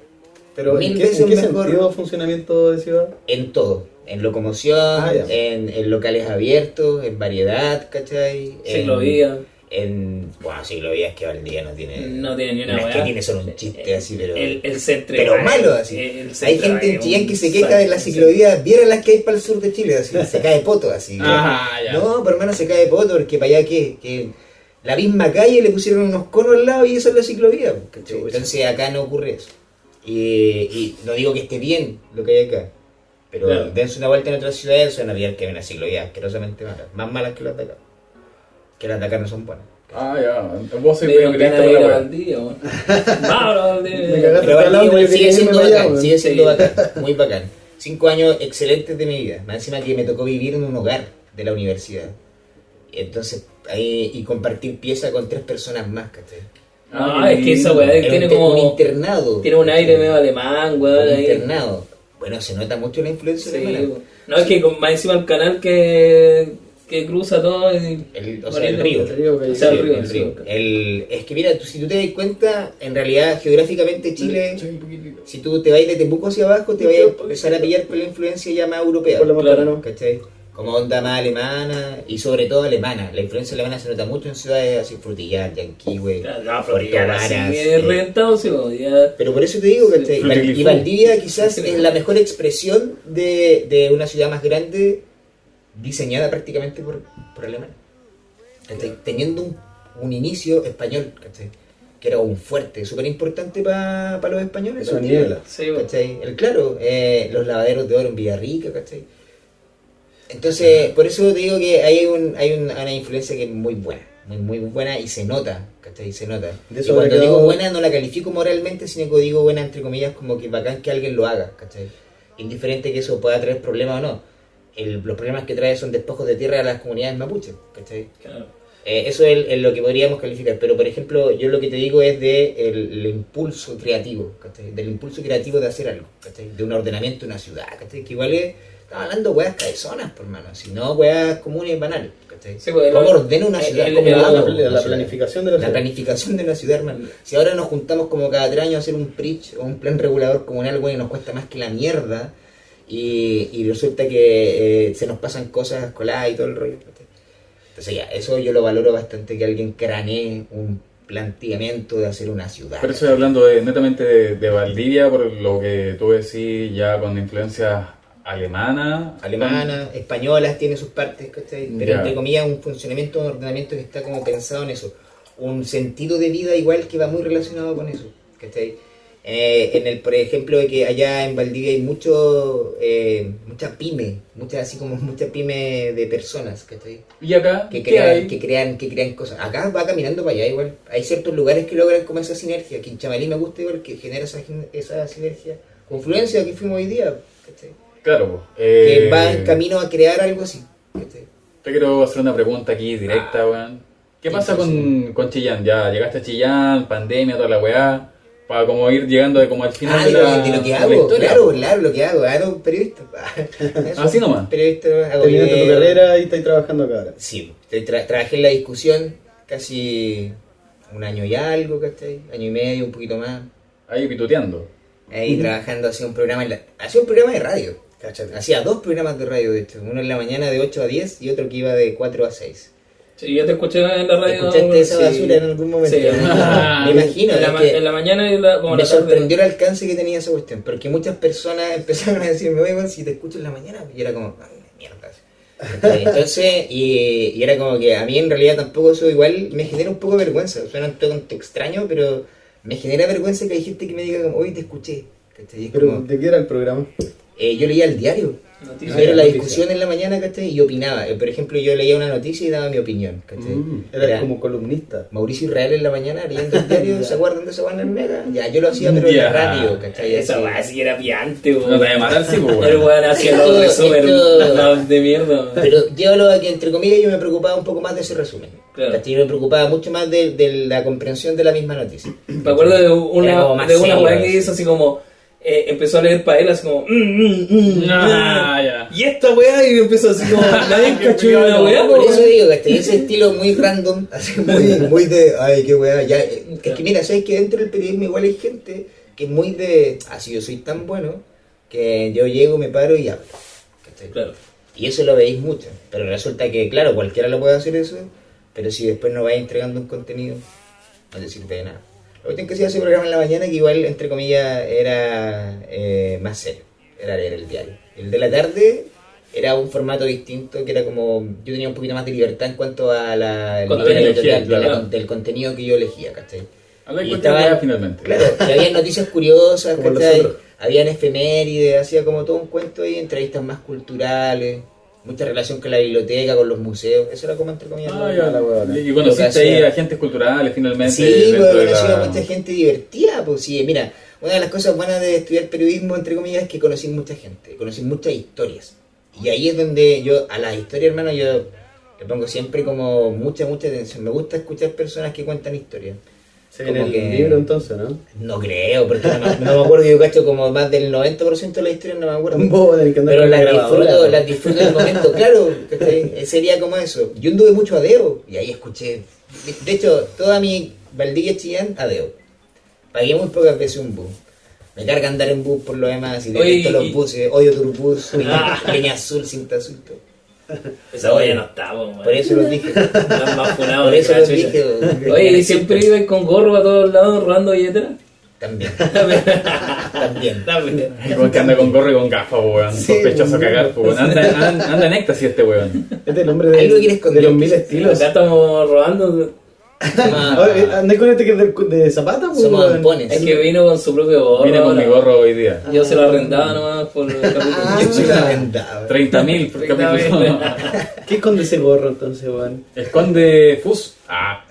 Pero Mil ¿en qué, veces en qué mejor. sentido funcionamiento de ciudad? En todo. En locomoción, Ah, ya. en, en locales abiertos, en variedad, ¿cachai? En- Ciclovía. En. Wow, ciclovía es que Valdivia no tiene. No tiene ni una Es que weá. tiene solo un chiste así, pero. Eh, El, el centro. eh, pero malo así. hay gente en Chillán que se queja de las ciclovías, vieran las que hay para el sur de Chile, así, [LAUGHS] se cae poto así. Ah, ya. No, pero hermano se cae de poto porque para allá que, que la misma calle le pusieron unos conos al lado y esa es la ciclovía. po, ¿cachai? Chucha. Entonces acá no ocurre eso. Y, y no digo que esté bien lo que hay acá, pero Claro. dense una vuelta en otras ciudades, van a ver que hay unas ciclovías asquerosamente malas, más malas que las de acá. Que las de acá no son buenas. Ah, ya. Vos sois Me periodista ganas de por ir la a web. Valdivia, [LAUGHS] weón. Vámonos, Me cagaste. Valdivia. Pero Pero Valdivia hablaba igual de que sigue yo siendo me vaya, bacán, weón. sigue siendo Sí. bacán, muy bacán. Cinco años excelentes de mi vida. Más encima que me tocó vivir en un hogar de la universidad. Entonces, ahí, y compartir pieza con tres personas más, ¿cachai? Ah, es que esa weá Era un tiene inter- como. un internado. Tiene un aire medio alemán, weón. Un ahí. internado. Bueno, se nota mucho la influencia Sí, alemana. weón. No, es que con- más encima el canal que, que cruza todo. y- El- Bueno, o sea, el el- río. el río que- Sí, el río, sí. río. El- es que mira, tú- si tú te das cuenta, en realidad geográficamente Chile, si tú te vas de Temuco hacia abajo, te vas a empezar a pillar por la influencia ya más europea. Por lo más Claro. parano. ¿cachai? Como onda más alemana y sobre todo alemana. La influencia alemana se nota mucho en ciudades así frutillar, yanquihue, Ah, Puerto Florida, así Varas, que eh. rentado, sí, weón, ya. Pero por eso te digo, ¿cachai? Sí, Val- y frutilifú. Valdivia quizás es la mejor expresión de, de una ciudad más grande diseñada prácticamente por, por alemanes. ¿Cachai? Teniendo un, un inicio español, ¿cachai? Que era un fuerte, súper importante para los españoles. Eso es Valdivia. niebla. Sí, weón. ¿Cachai? El claro, eh, los lavaderos de oro en Villarrica, ¿cachai? Entonces, por eso te digo que hay, un, hay un- una influencia que es muy buena, muy, muy buena y se nota, ¿cachai? Se nota. De Y eso cuando habrá quedado- digo buena no la califico moralmente, sino que digo buena entre comillas como que bacán que alguien lo haga, ¿cachai? Indiferente que eso pueda traer problemas o no. El- los problemas que trae son despojos de tierra a las comunidades mapuches, ¿cachai? Claro. Eh, eso es, es lo que podríamos calificar, pero por ejemplo, yo lo que te digo es de el, el impulso creativo, ¿cachai? del impulso creativo de hacer algo, ¿cachai? de un ordenamiento de una ciudad, ¿cachai? que igual es, estamos hablando weas cabezonas, por mano, si no weas comunes y banales. ¿cachai? Sí, pues, ¿Cómo el- ordena una el- ciudad? el- ¿Cómo el- hago Ah, La, una la ciudad? planificación de la La ciudad. planificación de una ciudad, hermano. Si ahora nos juntamos como cada tres años a hacer un PRICH o un plan regulador comunal, güey, nos cuesta más que la mierda. Y, y resulta que eh, se nos pasan cosas coladas y todo el rollo. ¿cachai? Entonces ya, eso yo lo valoro bastante que alguien cranee un planteamiento de hacer una ciudad. Pero estoy hablando de- netamente de, de Valdivia, por lo que tú decís, ya con influencias alemana. Alemanas, españolas, tiene sus partes, ¿cachai? Pero Ya. entre comillas, un funcionamiento, un ordenamiento que está como pensado en eso. Un sentido de vida igual que va muy relacionado con eso, ¿cachai? Eh, en el, por ejemplo, de que allá en Valdivia hay mucho, eh, mucha pyme, mucha, así como mucha pyme de personas, ¿cachai? Y acá, que ¿qué crean, hay? que crean, que crean cosas. Acá va caminando para allá igual. Hay ciertos lugares que logran como esa sinergia. Quinchamalí me gusta igual, que genera esa, gin- esa sinergia. Confluencia que fuimos hoy día, ¿cachai? Claro, po. Que Eh, va en camino a crear algo así, ¿cachai? Te quiero hacer una pregunta aquí Ah. directa, weón. ¿Qué pasa con, con Chillán? Ya llegaste a Chillán, pandemia, toda la weá. Para como ir llegando de como al final Ah, de, de, la, lo, de lo de que la hago, historia. claro, claro, lo que hago, hago un periodista. [LAUGHS] Así nomás. Periodista, hago Terminaste tu video. carrera y estáis trabajando acá ahora. Sí, tra- trabajé en la discusión casi un año y algo, ¿cachai? Año y medio, un poquito más. Ahí pituteando. Ahí trabajando, hacía un programa, en la- hacía un programa de radio. Cáchate. Hacía dos programas de radio, de hecho. Uno en la mañana de 8 a 10 y otro que iba de 4 a 6. Sí, yo te escuché en la radio. ¿Escuchaste esa sí. basura en algún momento? Sí. [LAUGHS] Me imagino. En [LAUGHS] la, es ma- que- en la mañana y la, como me la tarde. sorprendió el alcance que tenía esa cuestión, porque muchas personas [LAUGHS] empezaron a decirme, oye, weón, si te escucho en la mañana, y era como, "Ay, mierda. Entonces, [LAUGHS] y, y era como que a mí en realidad tampoco eso igual me genera un poco de vergüenza, suena un tanto extraño, pero me genera vergüenza que hay gente que me diga, como, oye, te escuché. ¿cachai? Y es Pero como, ¿de qué era el programa? eh, yo leía el diario, Noticias. era la noticia. discusión en la mañana, ¿cachai? Y yo opinaba. Eh, Por ejemplo, yo leía una noticia y daba mi opinión, ¿cachai? Mm, Era, Era- como columnista. Mauricio Israel en la mañana leyendo el [LAUGHS] diario, ¿se acuerdan de esa banda en Mega? Ya, yo lo hacía, pero en Ya. la radio, ¿cachai? Esa Así. weá sí que era piante, No te weón. voy a matar, sí, po, El weón. weón hacía Esto- los [LAUGHS] resúmenes esto- no, de mierda. weón. Pero llévalo a que, entre comillas, yo me preocupaba un poco más de ese resumen. Claro. ¿cachai? Yo me preocupaba mucho más de, de la comprensión de la misma noticia. Me acuerdo de Era como una, más de una serio, weá que así. hizo así como. eh, empezó a leer para él así como. mm, mm, mm, [LAUGHS] Ah, mm. ya. Y esta weá y empezó así [LAUGHS] como. Nadie Qué cachó una culiao, weá, pues". Por po, eso weón. digo, ¿cachai? Ese estilo muy random, [LAUGHS] así pues, muy, muy de, ay, qué weá, ya. eh, Es que mira, ¿sabes que dentro del periodismo igual hay gente que es muy de, así yo soy tan bueno, que yo llego, me paro y hablo. ¿cachai? Claro. Y eso lo veis mucho. Pero resulta que, claro, cualquiera lo puede hacer eso, pero si después no vais entregando un contenido, no te sirve de nada. Lo que tengo que hacía ese programa en la mañana, que igual, entre comillas, era eh, más serio. Era leer el diario. El de la tarde era un formato distinto, que era como... Yo tenía un poquito más de libertad en cuanto a la... el Contenido, tema editorial, de la- claro. del contenido que yo elegía, ¿cachai? Habla de Y cualquier estaba- weá finalmente. Claro, [LAUGHS] y había noticias curiosas, Como ¿cachai? nosotros. Habían efemérides, hacía como todo un cuento ahí, entrevistas más culturales, mucha relación con la biblioteca, con los museos, eso era como entre comillas. Ah, lo- ya. La huevona. Y conociste Lo que ahí hacía. a agentes culturales finalmente. Sí, dentro pues de conocí la- a mucha gente divertida, pues sí, mira, una de las cosas buenas de estudiar periodismo, entre comillas, es que conocí mucha gente, conocí muchas historias. Y ahí es donde yo, a las historias, hermano, yo le pongo siempre como mucha, mucha atención. Me gusta escuchar personas que cuentan historias. Se viene el Como que- libro entonces, ¿no? No creo, porque no, me- no me acuerdo, yo cacho como más del 90% de la historia, no me acuerdo. Vos tenés que andar Pero con la las grabadora, disfruto, ¿no? las disfruto en el momento, claro, ¿cachai? Eh, sería como eso. Yo anduve mucho a Deo y ahí escuché. de- De hecho, toda mi Valdivia Chillán a Deo. Pagué muy pocas veces un bus. Me carga andar en bus por lo demás, y Oye, de todos y- los buses, [LAUGHS] odio turbus, leña, leña azul, cinta azul. todo. Esa olla no está, po, man. Por eso los dije. Están [LAUGHS] más funados Por que eso la los chucha. dije. Oye, ¿y siempre iba con gorro a todos lados robando billeteras? [LAUGHS] También, También. también. También. Igual que anda con gorro y con gafas, weón. Sí, Sospechoso a weón. cagar, po, weón. Anda, an- anda en éxtasis este weón. Este es el nombre Ahí lo quiere de, esconder. de los mil estilos. Acá estamos robando. Ahora, eh, ¿Andás con este que es del cu- de Zapata? pues, Somos weón? ampones. Es que vino con su propio gorro. Viene con ahora. mi gorro hoy día. Yo se lo arrendaba nomás por el [LAUGHS] Ah, capítulo. soy la vendada. 30.000 por capítulo. [LAUGHS] Exactamente. ¿Qué esconde ese gorro entonces, weón? Esconde Fus. Ah.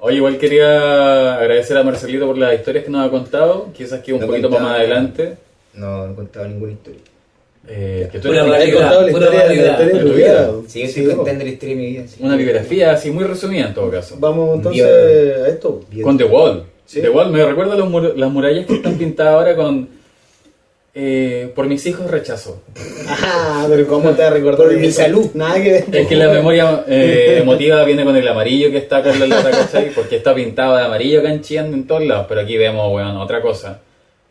Oye, igual quería agradecer a Marcelito por las historias que nos ha contado. Quizás que un No poquito contaba. más adelante. No, no he contado ninguna historia. Eh, que tú Pura eres He realidad, contado la pura historia de la realidad. historia de De tu tu vida. vida. weón. Sí, yo Sí, pues. estoy contando la historia de mi vida. sí. una biografía así muy resumida en todo caso. Vamos entonces Bien. a esto. Bien. Con The Wall. Sí. The Wall me recuerda a los mur- las murallas que están pintadas ahora con... eh, por mis hijos [LAUGHS] rechazo. Ah, pero ¿cómo te ha recordado? Por mi salud. Nada que ver. Es que la memoria eh, emotiva viene con el amarillo que está acá en la lata, ¿cachai? Porque está pintado de amarillo acá en Chillán en todos lados, pero aquí vemos, weón, otra cosa.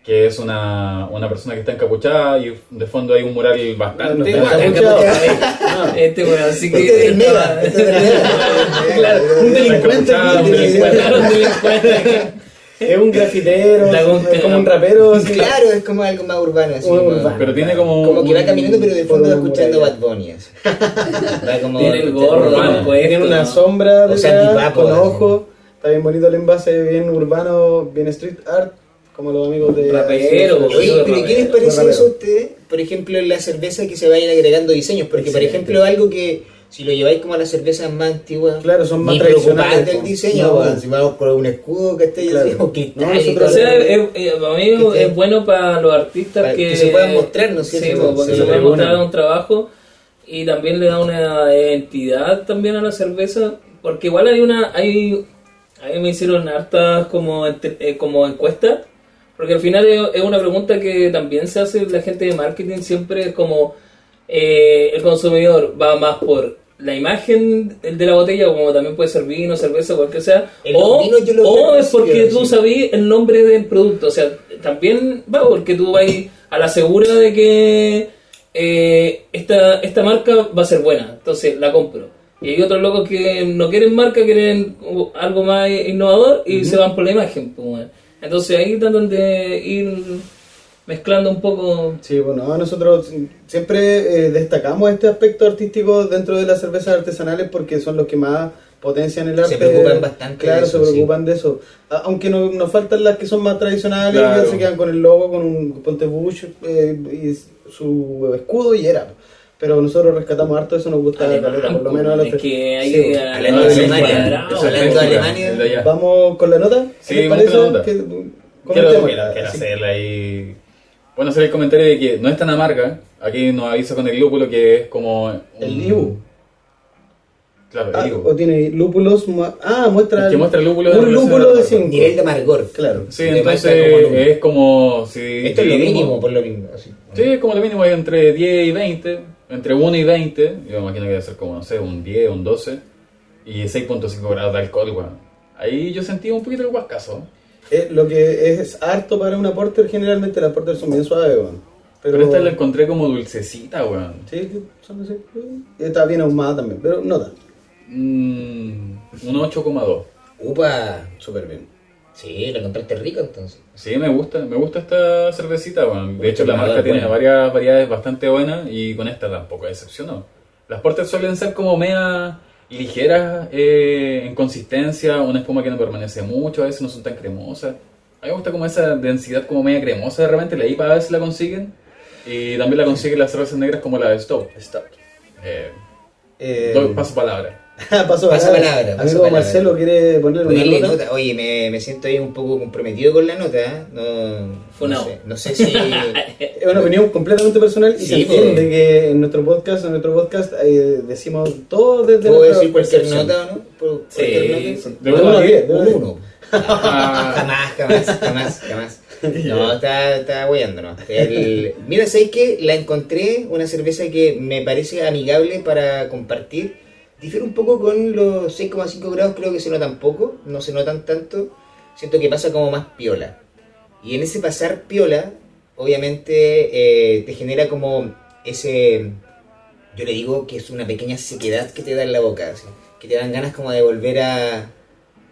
Que es una, una persona que está encapuchada y de fondo hay un mural No, no, bastante... no, guapo. escuchado. [LAUGHS] Ah, [LAUGHS] Este weón, así que. Este es del Mega, este es [LAUGHS] del Mega. [LAUGHS] Claro, Un delincuente. Encapuchado, eh, un un delincuente. delincuente. Claro, un delincuente. Es un grafitero, Da un es como tema. un [LAUGHS] rapero. sí. Claro, es como algo más urbano. Así, Muy como, urbano. Pero tiene como... eh, como que va un- caminando, pero de fondo Por va una escuchando muralla. Bad Bunny. [LAUGHS] así. Va como Tiene el escuchando gorro, Bad Bunny. man, pues. Tiene esto, una ¿no? sombra O sea, detrás, antipapo, con así. ojo. Está bien bonito el envase, bien urbano, bien street art, como los amigos de... Rapero, Sí, sí, sí. Eso Oye, es pero ¿qué les rapero, es parece rapero. eso a ustedes? Por ejemplo, en la cerveza que se vayan agregando diseños. Porque, por Excelente. ejemplo, algo que si lo lleváis como a las cervezas más antiguas, Claro, son más ni tradicionales, preocupáis del po. diseño. No, weón. si vamos con un escudo, que esté Claro. así, o cristal, No, nosotros- y O todo. sea, es- es- para mí Que es te- bueno para los artistas para que, que se puedan mostrar, ¿no es Sí, cierto? pues, porque Sí, se pueden de mostrar una. un trabajo y también le da una identidad también a la cerveza, porque igual hay una, hay, a mí me hicieron hartas como, entre- eh, como encuestas, porque al final es, es una pregunta que también se hace la gente de marketing siempre es como eh, el consumidor va más por la imagen de la botella, como también puede ser vino, cerveza, cualquier sea, En los o, vinos yo lo o veo es porque parecido, tú sí. sabías el nombre del producto, o sea, también va porque tú vas a la segura de que eh, esta, esta marca va a ser buena, entonces la compro. Y hay otros locos que no quieren marca, quieren como algo más innovador y se van por la imagen. pues, bueno. Entonces ahí tratan de ir mezclando un poco. Sí, bueno, nosotros siempre eh, destacamos este aspecto artístico dentro de las cervezas artesanales porque son los que más potencian el Se arte. preocupan bastante Claro, de eso, se sí. preocupan de eso. A- Aunque no- nos faltan las que son más tradicionales, Claro. ya se quedan con el logo, con un ponte bush eh, y su escudo y era. Pero nosotros rescatamos harto, eso nos gusta Ah, la alemán, caleta, por lo pues, menos a los es tres. que hay Sí, bueno. a- Hablando Ah, de sí, Alemania, weón. bravo. Eso es hablando de fresco, Alemania. el de allá. Vamos con la nota. Sí, ¿Qué les vamos con parece? la nota. Que- Quiero, comentémosla, quiero- quiero así. hacerla ahí. Bueno, hacer el comentario de que no es tan amarga. Aquí nos avisa con el lúpulo que es como. un- El Libu. Claro, el Ah, Libu. o tiene lúpulos. mu- Ah, muestra. Es que muestra el lúpulo en Un relación lúpulo al de árbol. 5. Nivel de amargor. Claro. Sí, De entonces marca como número. es como si. Esto es lo dividimos- mínimo, por lo mínimo. así. Sí, es como lo mínimo, es entre 10 y 20. Entre 1 y 20. Yo me imagino que debe ser como, no sé, un 10, un 12. Y 6.5 grados de alcohol, weón. Ahí yo sentía un poquito el huascazo. Eh, lo que es, harto para una porter, generalmente las porter son bien suaves, weón. Pero, esta la encontré como dulcecita, weón. Sí, que son así. Y Está bien ahumada también, pero no tanto. Mm, un 8,2. Upa. Súper bien. Sí, lo encontraste rico entonces. Sí, me gusta, me gusta esta cervecita, weón. De hecho, la Nada, marca tiene bueno. varias variedades bastante buenas y con esta tampoco decepcionó. Las portas suelen ser como media ligeras eh, en consistencia, una espuma que no permanece mucho, a veces no son tan cremosas. A mí me gusta como esa densidad como media cremosa de repente, la IPA a veces la consiguen y también la consiguen las cervezas negras como la de Stout. Stout. Eh, Eh, [LAUGHS] doy paso palabra. paso Pasa palabra, palabra. paso Amigo palabra. Marcelo quiere ponerle Ponerle una nota. nota. Oye, me, me siento ahí un poco comprometido con la nota. ¿eh? No, Funao. no sé, no [LAUGHS] sé si. Es una opinión completamente personal y Sí, se entiende pues. que en nuestro podcast, en nuestro podcast eh, decimos todo desde ¿Puedo nuestra decir cualquier percepción. nota o no? ¿Puedo- Sí, cualquier nota? sí. De De uno uno a a diez, de uno Un a [LAUGHS] diez. uno. Ah, Jamás, jamás, jamás, jamás. No, está, está guayándonos. El- Mira, ¿sabes qué? La encontré, una cerveza que me parece amigable para compartir. Difiere un poco con los 6,5 grados, creo que se notan poco, no se notan tanto. Siento que pasa como más piola. Y en ese pasar piola, obviamente eh, te genera como ese. Yo le digo que es una pequeña sequedad que te da en la boca, así, que te dan ganas como de volver a,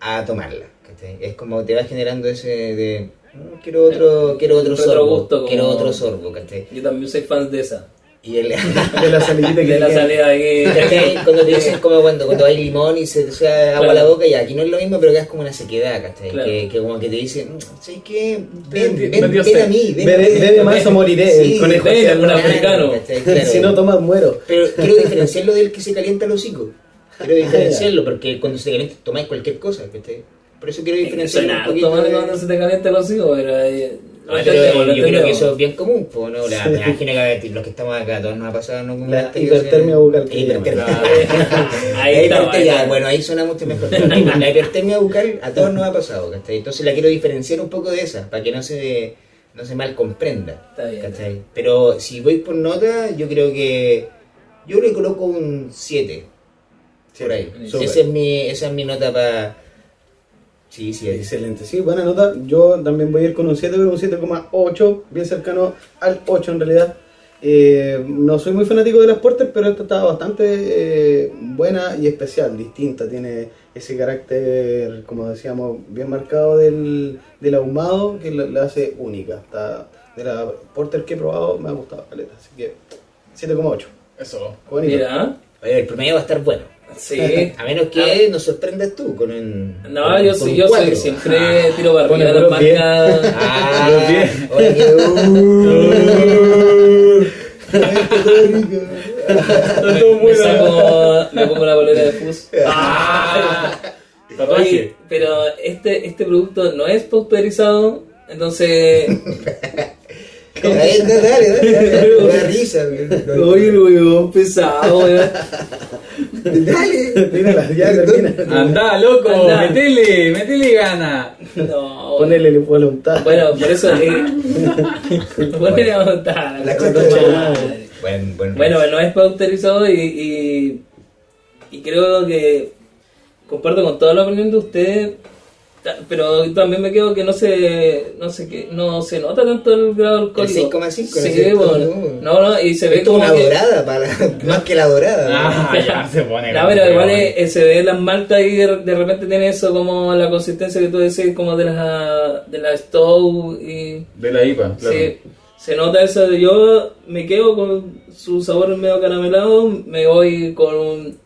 a tomarla. ¿cachai? Es como te va generando ese de. "Mm, Quiero otro, quiero otro sorbo. Retrogusto como- Quiero otro sorbo, ¿cachai? Yo también soy fan de esa. Y el. [LAUGHS] De la salidita que De la queda. salida aquí. ¿Cachai? Cuando te Eh. dicen como cuando, cuando hay limón y se te sale agua a la Claro. boca, y aquí no es lo mismo, pero quedas como una sequedad, ¿cachai? Claro. Que, que como que te dicen, "Mm, ¿sabes qué? Ven, Me ven, dio- me ven, dio sed. a mí, ven. Bebe, bebe más o moriré, Sí, el conejo. ven, hacía un la- africano. ¿cachai? Claro. [LAUGHS] Si no tomas, muero. Pero quiero diferenciarlo del que se calienta el [LAUGHS] hocico. Quiero diferenciarlo, porque cuando se calienta tomáis cualquier cosa, ¿cachai? Por eso quiero diferenciarlo un Suena poquito. tomando de- cuando se te calienta el hocico, pero eh, lo Ah, pero entendemos, lo yo creo que entendemos. eso es bien común, po, ¿no? La, Sí. Me imagino que a ver, los que estamos acá, todos nos ha pasado, ¿no? Como La esta situación. hipertermia bucal que Hipertermia. llaman. Claro. [LAUGHS] Ahí La está, hipertermia, ahí está. bueno, ahí suena [LAUGHS] mucho mejor. La hipertermia bucal a todos nos ha pasado, ¿cachai? Entonces la quiero diferenciar un poco de esa, para que no se, no se mal comprenda. Está bien. ¿cachai? Pero si voy por nota, yo creo que. Yo le coloco un 7. Por ahí. Súper. Esa es, mi, esa es mi nota para. Sí, sí, es- Excelente, sí, buena nota. Yo también voy a ir con un 7, pero un 7,8, bien cercano al 8 en realidad. Eh, no soy muy fanático de las porter, pero esta está bastante eh, buena y especial, distinta. Tiene ese carácter, como decíamos, bien marcado del, del ahumado que la, la hace única. Está- de la porter que he probado me ha gustado, caleta. Así que 7,8. eso. Juanito. Mira, ¿ah? Oye, el promedio va a estar bueno. [LAUGHS] sí. A menos que nos sorprendas tú con un. Ah. No, con- yo, con soy, un yo soy, cuatro. siempre tiro para Pone arriba las puros diez. [LAUGHS] marcas. Ah, Los diez. oye, qué- [LAUGHS] me, saco, me pongo la bolera de [LAUGHS] fus. Oye, Tatuaje. pero este, este producto no es pauperizado, entonces. Dale, dale, dale, dale, me da risa, [LAUGHS] güey. Oye, weón, pesado, weón. Dale. [LAUGHS] Mírala, ya [LAUGHS] termina. Anda, loco, Anda. metele, metele gana. No. Ponele voluntad. Bueno, por eso. Eh, [LAUGHS] ponele a votar. La concha de tu madre. Buen, buen. Bueno, no es pauterizado y, y, y creo que comparto con toda la opinión de ustedes, ta- pero también me quedo que no se, no sé qué, no se nota tanto el grado alcohólico. 6,5, ¿no es Sí, cierto? bueno, no, no, y se ve es como como una que- dorada, para la- más que la dorada. Ah, ya se pone. No, pero igual es- eh, se ve las maltas y de, de repente tiene eso como la consistencia que tú decís, como de las de la Stowe y... De la IPA, claro. Sí, se nota eso. de Yo me quedo con su sabor medio caramelado, me voy con un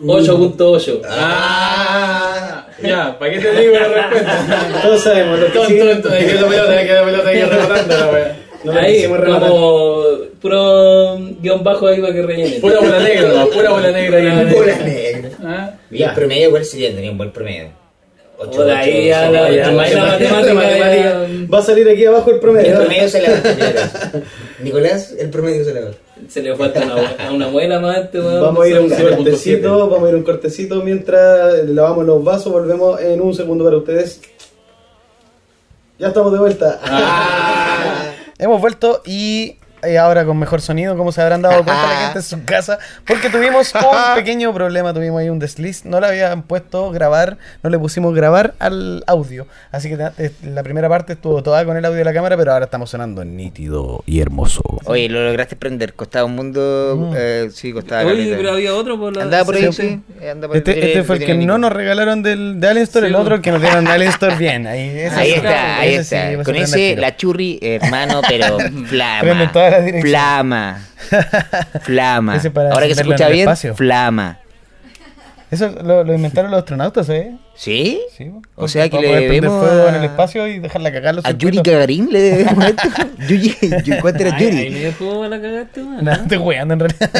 8.8. Ah, ya, ¿para qué te digo la respuesta? Todos sabemos lo que Tonto, sigue. tonto, de que la pelota, de que la pelota, de que rebotando la wea. No la ahí, quisimos rematar. como puro guión bajo ahí para que rellenen. Pura bola negra, no, pura bola negra. ahí. Bola negra. Ah, ¿Y el promedio cuál sería? Tenía un buen promedio. Ocho, Por ahí ocho, ya la, ocho, la, ocho, la ocho. matemática ya- Va a salir aquí abajo el El promedio. promedio se la va. señores. Nicolás, el promedio se la va. se le falta una, una muela más a este weón. Vamos a ir a un Son 0.7. cortecito, vamos a ir a un cortecito mientras lavamos los vasos, volvemos en un segundo para ustedes. Ya estamos de vuelta. Ah. [LAUGHS] Hemos vuelto y eh, ahora con mejor sonido, como se habrán dado cuenta la gente en su casa, porque tuvimos [LAUGHS] un pequeño problema, tuvimos ahí un desliz, no le habían puesto grabar, no le pusimos grabar al audio, así que ta- eh, la primera parte estuvo toda con el audio de la cámara, pero ahora estamos sonando nítido y hermoso. Oye, lo lograste prender. Costaba un mundo. Mm. eh, sí, costaba. Oye, caleta. pero había otro por la... Andaba por ahí, sí. Anda por Este, este fue el que no nos regalaron del, de Alien Store, Sí, el bueno. otro el que nos dieron de Alien Store bien. Ahí, ese Ahí sí. está, ahí Ese sí, está. va a Con ser ese, tranquilo. la churri, hermano, [LAUGHS] pero Prende flama. en todas las direcciones. Flama. Flama. Ese para Ahora que se encenderlo en escucha el bien, espacio. flama. Eso lo, lo inventaron los astronautas, ¿eh? ¿Sí? Sí. po. O sea que Para le poder prender debemos fuego en a- el espacio y dejarla cagar los ¿A Yuri circuitos. Gagarin le debemos esto? [LAUGHS] Yuri, Yuri- ¿Cuánto era Ay, ahí Yuri? medio juego la cagaste, [LAUGHS] man. No, estoy weando en realidad.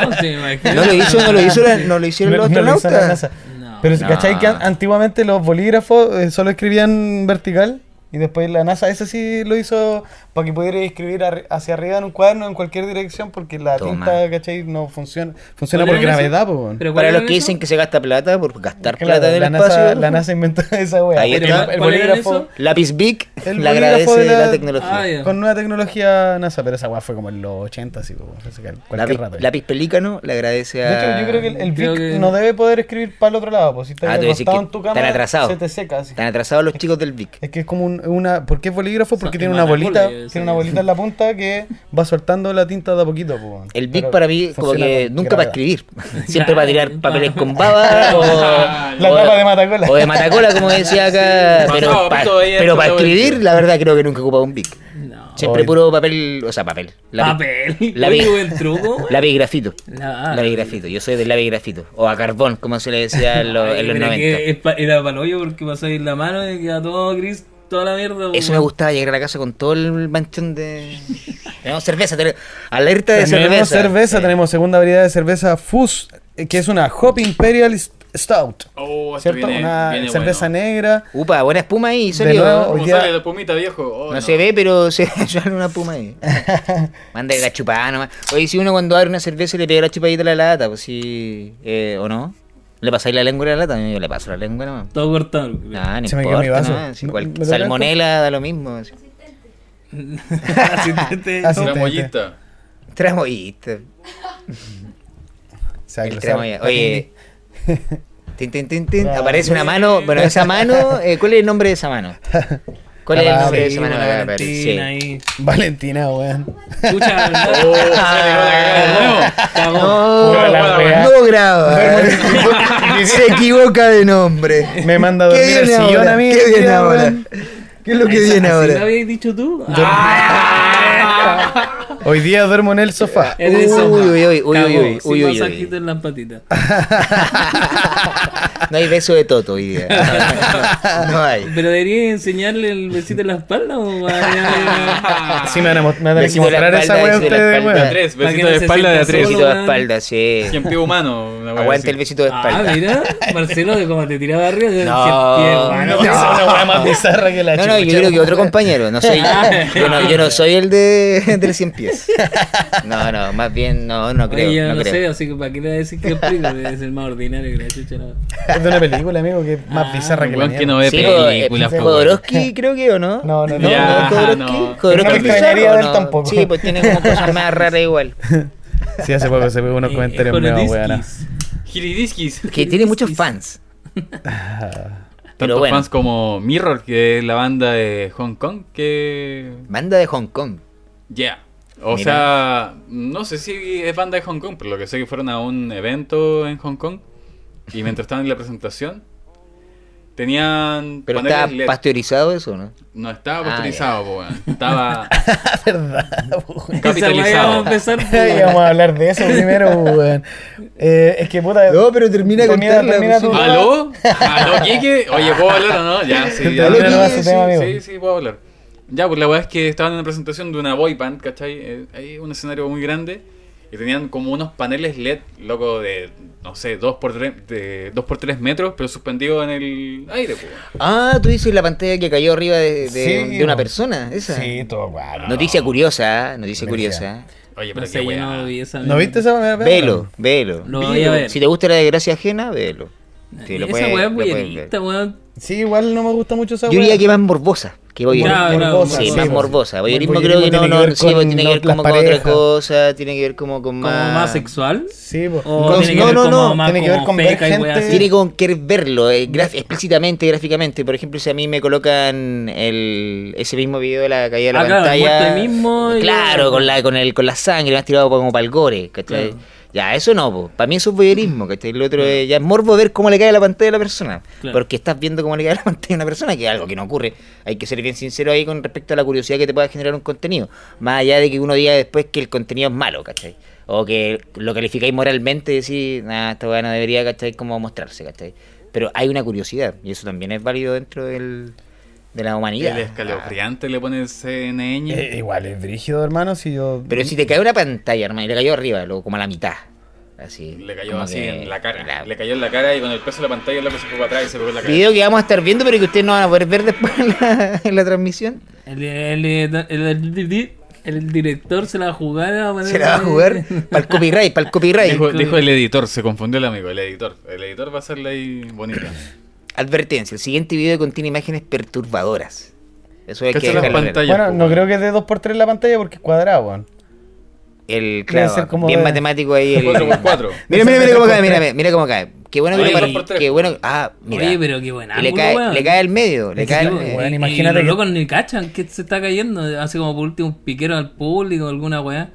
No, sí, me imagino. No lo hizo, no lo hizo, la- no lo [LAUGHS] hicieron los No- no lo hizo la NASA. astronautas. No. Pero No. ¿cachai que an- antiguamente los bolígrafos eh, solo escribían vertical? Y después la NASA, eso sí lo hizo para que pudiera escribir arri- hacia arriba en un cuaderno en cualquier dirección porque la Toma. tinta, ¿cachai? No funciona. Funciona ¿Cuál por era ese? gravedad, po. weón. ¿Pero cuál Para era los que eso? dicen que se gasta plata por gastar Claro, plata en la, el NASA, espacio. la NASA inventó [LAUGHS] esa weá. Ahí El- El, está. ¿Cuál era bolígrafo eso? Lápiz Big El le bolígrafo agradece de la, la- tecnología. Ah, ya. con nueva tecnología NASA, pero esa weá fue como en los 80, así, po, así que cualquier lápiz, rato. ya. lápiz Pelícano le agradece a... De hecho, yo creo que el, el Creo Vic que- no debe poder escribir para el otro lado, pues si está Ah, tú decís acostado que en tu están cama, atrasados. se te seca. Así. Están atrasados los chicos del Vic. Es que es como un- una. ¿Por qué es bolígrafo? Porque Son tiene una hermanas bolita. bolas, Tiene sí. una bolita en la punta que va soltando la tinta de a poquito. po, weón. El Vic Pero para mí como funciona que con nunca va a gravedad. escribir. Siempre va a tirar Claro. papeles con baba o... La o- tapa de Matacola. O de Matacola, como decía acá. Sí. Pero Pasado, para pito, ahí pero esto, para la escribir, cuestión. la verdad creo que nunca ocupa un Vic. No. Siempre Oye. puro papel, o sea, papel. Lápiz- Papel. La Oye, vi- buen truco, [LAUGHS] Ah. man. Lápiz grafito. La- Lápiz grafito. Yo soy del lápiz grafito. O a carbón, como se le decía en, los- Ay, en los mira 90. que es pa- era palollo porque pasáis la mano y queda todo gris, toda la mierda. pues, Eso me weón. gustaba, llegar a la casa con todo el manchón de... Tenemos cerveza, tenemos- alerta de Tenemos cerveza. cerveza, Sí. tenemos segunda variedad de cerveza Fus, eh, que es una Hop Imperial Stout. Oh, esto ¿Cierto? viene- una viene cerveza bueno. negra. Upa, buena espuma ahí, salió. nuevo, ¿no? hoy ¿Cómo día- sale de pumita, viejo? Oh, No se ve, pero [LAUGHS] se sale una [LAUGHS] espuma ahí. Manda la chupada nomás. Oye, si uno cuando abre una cerveza le pega la chupadita a la lata, pues si... eh, ¿O no? ¿Le pasáis la lengua a la lata? Yo le paso la lengua nomás. Todo cortado. Nah, no Se me importa, quedó mi vaso. ¿no? Si ¿Me- cual- me lo salmonela da lo mismo. así. [LAUGHS] Así te- te- Así Una te- te- mollita. Tramoyista. o sea, El lo tramoyista. sabe. Oye. [LAUGHS] tin, tin, tin, tin, Ah. Aparece una mano. Bueno, esa mano. eh, ¿Cuál es el nombre de [LAUGHS] esa mano? ¿Cuál es el nombre de Sí, esa mano? la La Gabriel, sí. [LAUGHS] Valentina ahí. [LAUGHS] Valentina, weón. [LAUGHS] Escucha, Oh, se le dio la Ah. cagada cagó. [LAUGHS] No, Pura la weá. no graba. [LAUGHS] Se equivoca de nombre. Me manda a dormir al viene sillón ahora? a mí. ¿Qué viene tía, ahora? weón. ¿Qué es lo que Esa- viene así lo ahora? habías dicho tú? Ah, Dormí- Hoy día duermo en el sofá. En el Uy, sofá. uy, uy, uy, Cagó, uy, uy, sin uy, uy. masajito en las patitas. [LAUGHS] No hay beso de Toto hoy día. No, no hay. ¿Pero debería enseñarle el besito en la espalda o [LAUGHS] a- Sí, me van a, mo- me van a tener que Besito de Ah. la mostrar esa weá espalda, a besito de la ustedes, espalda. weón. De tres, Para que no besito de se espalda de sienta tres. Besito solo, de weón. espalda, sí. Cien pie humano. una wea Aguanta así. el besito de Ah, espalda. mira, Marcelo, de como te tiraba arriba, de No. No, esa No. es una weá más bizarra que la No, no, yo chucha, creo que weón. otro compañero. No soy, yo, no, yo no soy el de, [LAUGHS] del 100 pies. No, no, más bien no, no creo. Oye, yo no no, creo. sé, así que para qué le voy a decir que explico, debe ser más ordinario que la chucha. No. Es de una película, amigo, que es más Ah, bizarra que la Weón mía. que no ve Sí, po, eh, películas, po, weón. Jodorowsky creo que, ¿o no? No, no, no. Ya, Jodorowsky. no. Pero no me Jodorowsky extrañaría Pizarro, de él ¿no? tampoco. Sí, pues tiene [LAUGHS] como cosas más raras igual. Sí, hace poco se pegó unos Eh, comentarios con los medio weón. disquis. [LAUGHS] Giridiskis. Que tiene muchos fans. Pero Tanto bueno. fans como Mirror, que es la banda de Hong Kong, que. Banda de Hong Kong. Yeah. O Mira. sea, no sé si es banda de Hong Kong, pero lo que sé que fueron a un evento en Hong Kong y mientras estaban en la presentación tenían Pero paneles está LED. pasteurizado eso, ¿no? no estaba Ah, pasteurizado, po, weón. [LAUGHS] estaba verdad, weón. Esa weá vamos a capitalizado. empezar. Y pues, vamos a hablar de eso primero, weón. Eh, es que puta. pero termina de Termina- contarla, termina pues, tu- sí. ¿Aló? ¿Aló, Kike? Oye, ¿puedo hablar o no? Ya, sí, ya. Termina ya. nomás Sí, ese tema, sí, amigo. sí, puedo hablar. Ya, pues la verdad es que estaban en la presentación de una boy band, ¿cachai? Eh, Hay un escenario muy grande y tenían como unos paneles LED, loco, de, no sé, 2x3 de, dos por tres metros, pero suspendidos en el aire, pues. Ah, tú dices la pantalla que cayó arriba de, de- Sí, de una no. persona, esa. Sí, todo guaro. Noticia curiosa, ¿eh? noticia Noticia. curiosa. Oye, pero No qué sé, yo no weá. vi esa. ¿No viste esa weá? Velo, velo. Lo voy a ver. Si te gusta la desgracia ajena, velo. Sí, lo esa puedes- weá es lo puedes ver. bullerista, weón. Sí, igual no me gusta mucho esa Yo weá. diría que más morbosa que voy Ya, a no, morbosa, Sí, sí, más sí. morbosa. Voyeurismo Voyeurismo creo que no, tiene que no, ver sí, pues, con tiene que ver las como con otra parejas. cosa, tiene que ver como con ¿Como más... más sexual? Sí, pues. ¿O No, tiene que no, ver no, como no. más Tiene que ver como con ver feca y weá gente. así? Tiene con querer verlo, eh, graf- explícitamente, gráficamente. Por ejemplo, si a mí me colocan el, ese mismo video de la caída de la Ah, claro, pantalla. muerto ahí mismo y- Claro, con la, con el, con la sangre, más tirado como para el gore, ¿cachai? Claro. Ya, eso no, para mí eso es voyerismo, ¿cachai? El otro es, ya es morbo ver cómo le cae la pantalla a la persona. Claro. Porque estás viendo cómo le cae la [LAUGHS] pantalla a una persona, que es algo que no ocurre. Hay que ser bien sincero ahí con respecto a la curiosidad que te pueda generar un contenido. Más allá de que uno diga después que el contenido es malo, ¿cachai? o que lo calificáis moralmente y decís, nah, esta weá no debería, ¿cachai? Como mostrarse, ¿cachai? Pero hay una curiosidad, y eso también es válido dentro del, de la humanidad. El escalofriante le pone CNN. Eh, igual es brígido, hermano, si yo... Pero si te cae una pantalla, hermano, y le cayó arriba, luego como a la mitad. Así, Le cayó como así que en la cara. la- Le cayó en la cara y con el peso de la pantalla el loco se fue para atrás y se pegó en la cara. Video que vamos a estar viendo, pero que ustedes no van a poder ver después en la, en la transmisión. El, el, el- el- el director se la va a jugar. a poner- Se la va a jugar para el copyright, para el copyright. Ah, Dijo, dijo el editor, se confundió el amigo, el editor. El editor va a hacerle ahí bonita. [LAUGHS] Advertencia, el siguiente video contiene imágenes perturbadoras. Eso hay que Cacha las dejarlo claro. pantallas. Bueno, po, no weón. creo que es de 2x3 la pantalla porque es cuadrado, weón. El, ser claro, como bien de- matemático ahí. El... [LAUGHS] 4x4. Mira, mira, mira cómo cae, mira, mira, mira cómo cae. Qué bueno que Oye, lo dos por para... tres. Qué bueno. Ah, mira. Oye, pero qué buen Y le ángulo, cae, weón. le cae al medio, le Ese cae al tipo, medio. weón, Eh, Y- imagínate y que- los locos ni cachan que se está cayendo. Hace como por último un piquero al público, alguna weá.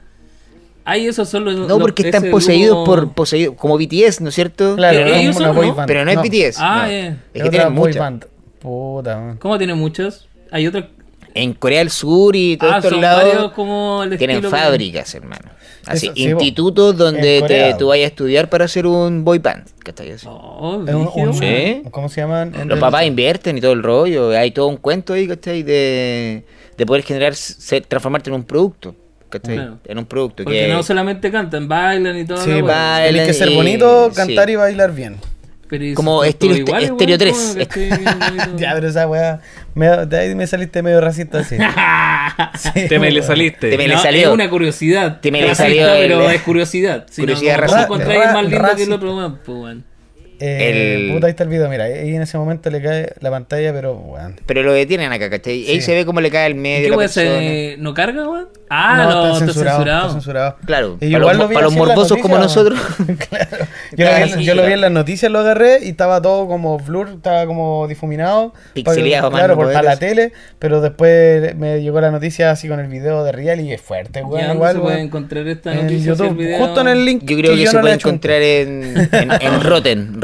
Ay, esos son los. No, porque están poseídos por poseídos, como BTS, ¿no es cierto? Claro, Pero no ellos es una son, boy ¿no? band. Pero no es BTS. Ah, no. eh. Es que otra tienen boy muchas. band. Puta, weón. ¿Cómo tienen muchos? Hay otros. En Corea del Sur y todos Ah, estos son lados. varios como el Tienen estilo- fábricas, hermano. Así, Eso, sí, po. institutos donde En te, Corea. tú vayas a estudiar para hacer un boy band. ¿cachai? Así. Oh, Es un- brígido, un- weón. Sí. ¿Cómo se llaman? Los papás invierten y todo el rollo. Hay todo un cuento ahí, ¿cachai? De, de poder generar, ser- transformarte en un producto. ¿cachai? Claro. En un producto. Porque que no solamente cantan, bailan y todo. Sí, va- Tienes que ser y- bonito, sí. cantar y bailar bien. [LAUGHS] como estilo este- Estéreo 3. [LAUGHS] Ya, pero esa weá. me- de ahí me saliste medio racista así. Sí, Te me le weón. saliste. Te me- le No, salió. Es una curiosidad. Te me le Racista, salió el- Pero es curiosidad. Si Curiosidad no, como racista. tú encontráis el más Ra- lindo que el racista. otro man, pues, weón. Eh, El- Puta, ahí está el video. Mira, ahí en ese momento le cae la pantalla, pero weón. Pero lo detienen acá, ¿cachai? Ahí Sí. se ve cómo le cae al ¿Y medio. ¿Qué la weón persona. se no carga, weón? Ah, No, no, está, censurado. Está censurado. Y Claro, para igual los- lo vi para los así en las morbosos como noticias, weón. [LAUGHS] claro. Yo, lo vi, en- Casi. yo lo vi en las noticias, lo agarré y estaba todo como blur, estaba como difuminado. Pixeleado, Para- Claro, mano, por, para la poderes. tele. Pero después me llegó la noticia así con el video de Real y es fuerte, Ya, weón. ¿dónde igual, se puede weón. encontrar esta En noticia? si YouTube, el video- justo en el link. Yo creo que, yo no se le puede he hecho un- encontrar en, en, [LAUGHS] en Rotten,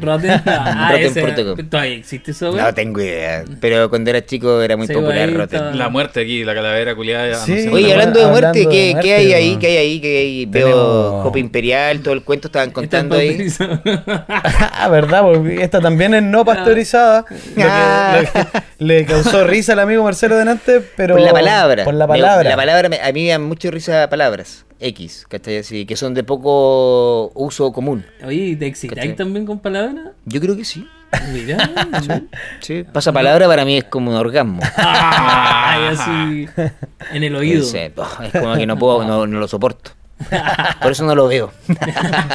[LAUGHS] Rotten. Ah, Rotten ese- punto com. Todavía existe eso, weón. No tengo idea, pero cuando era chico era muy Sí, popular ahí Rotten. estaba- La muerte aquí, la calavera culiada. Sí. anunciando Oye, la hablando de Hablando muerte, de ¿qué, muerte, qué hay ahí? weón. ¿Qué hay ahí? ¿Qué hay ahí? Veo Tenemos- Copa Imperial, todo el cuento, estaban Está contando ahí. pauterizado. Ah, verdad, porque esta también es Ah. no pasteurizada. Lo que- Ah. lo que le causó risa al amigo Marcelo delante, pero. por la palabra. Por la Me- palabra. la palabra me- a mí me da mucha risa palabras. X, ¿cachai? Así, que son de poco uso común. [LAUGHS] Oye, ¿te excitáis ¿Cachai? también con palabras? Yo creo que sí. [LAUGHS] Mira. Sí. Pasapalabra para mí es como un orgasmo. Ay, así. En el oído. Es, eh, po, es como que no puedo, no, no lo soporto. Por eso no lo veo. [LAUGHS]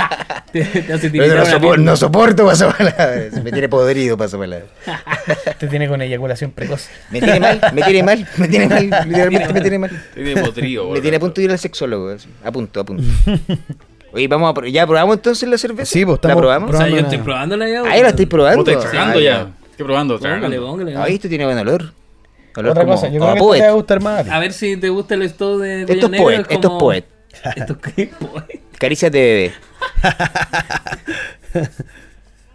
Te, te hace No, tiritar una sopo- pierna. no soporto pasapalabras. Me tiene podrido pasapalabras. [LAUGHS] Te tiene con eyaculación precoz. Me tiene mal, me tiene mal, me [LAUGHS] tiene mal. Literalmente me tiene mal. Tiene [LAUGHS] potrío, Me tiene a punto de ir al sexólogo, así. a punto, [LAUGHS] a punto. Oye, vamos a pro- ¿ya probamos entonces la cerveza? Sí, pues, ¿La estamos probamos? O sea, yo Probándola. estoy probándola ya. Ahí la estoy probando. Puta, tragando Ay, ya. Estoy probando, Póngale, tragando. póngale. Ay, esto tiene buen olor. Olor Otra como cosa, yo creo como a que esto te va a poet. gustar más. A ver si te gusta el esto de Esto es poet, esto es poet. [LAUGHS] Esto es poet. Caricias de bebé.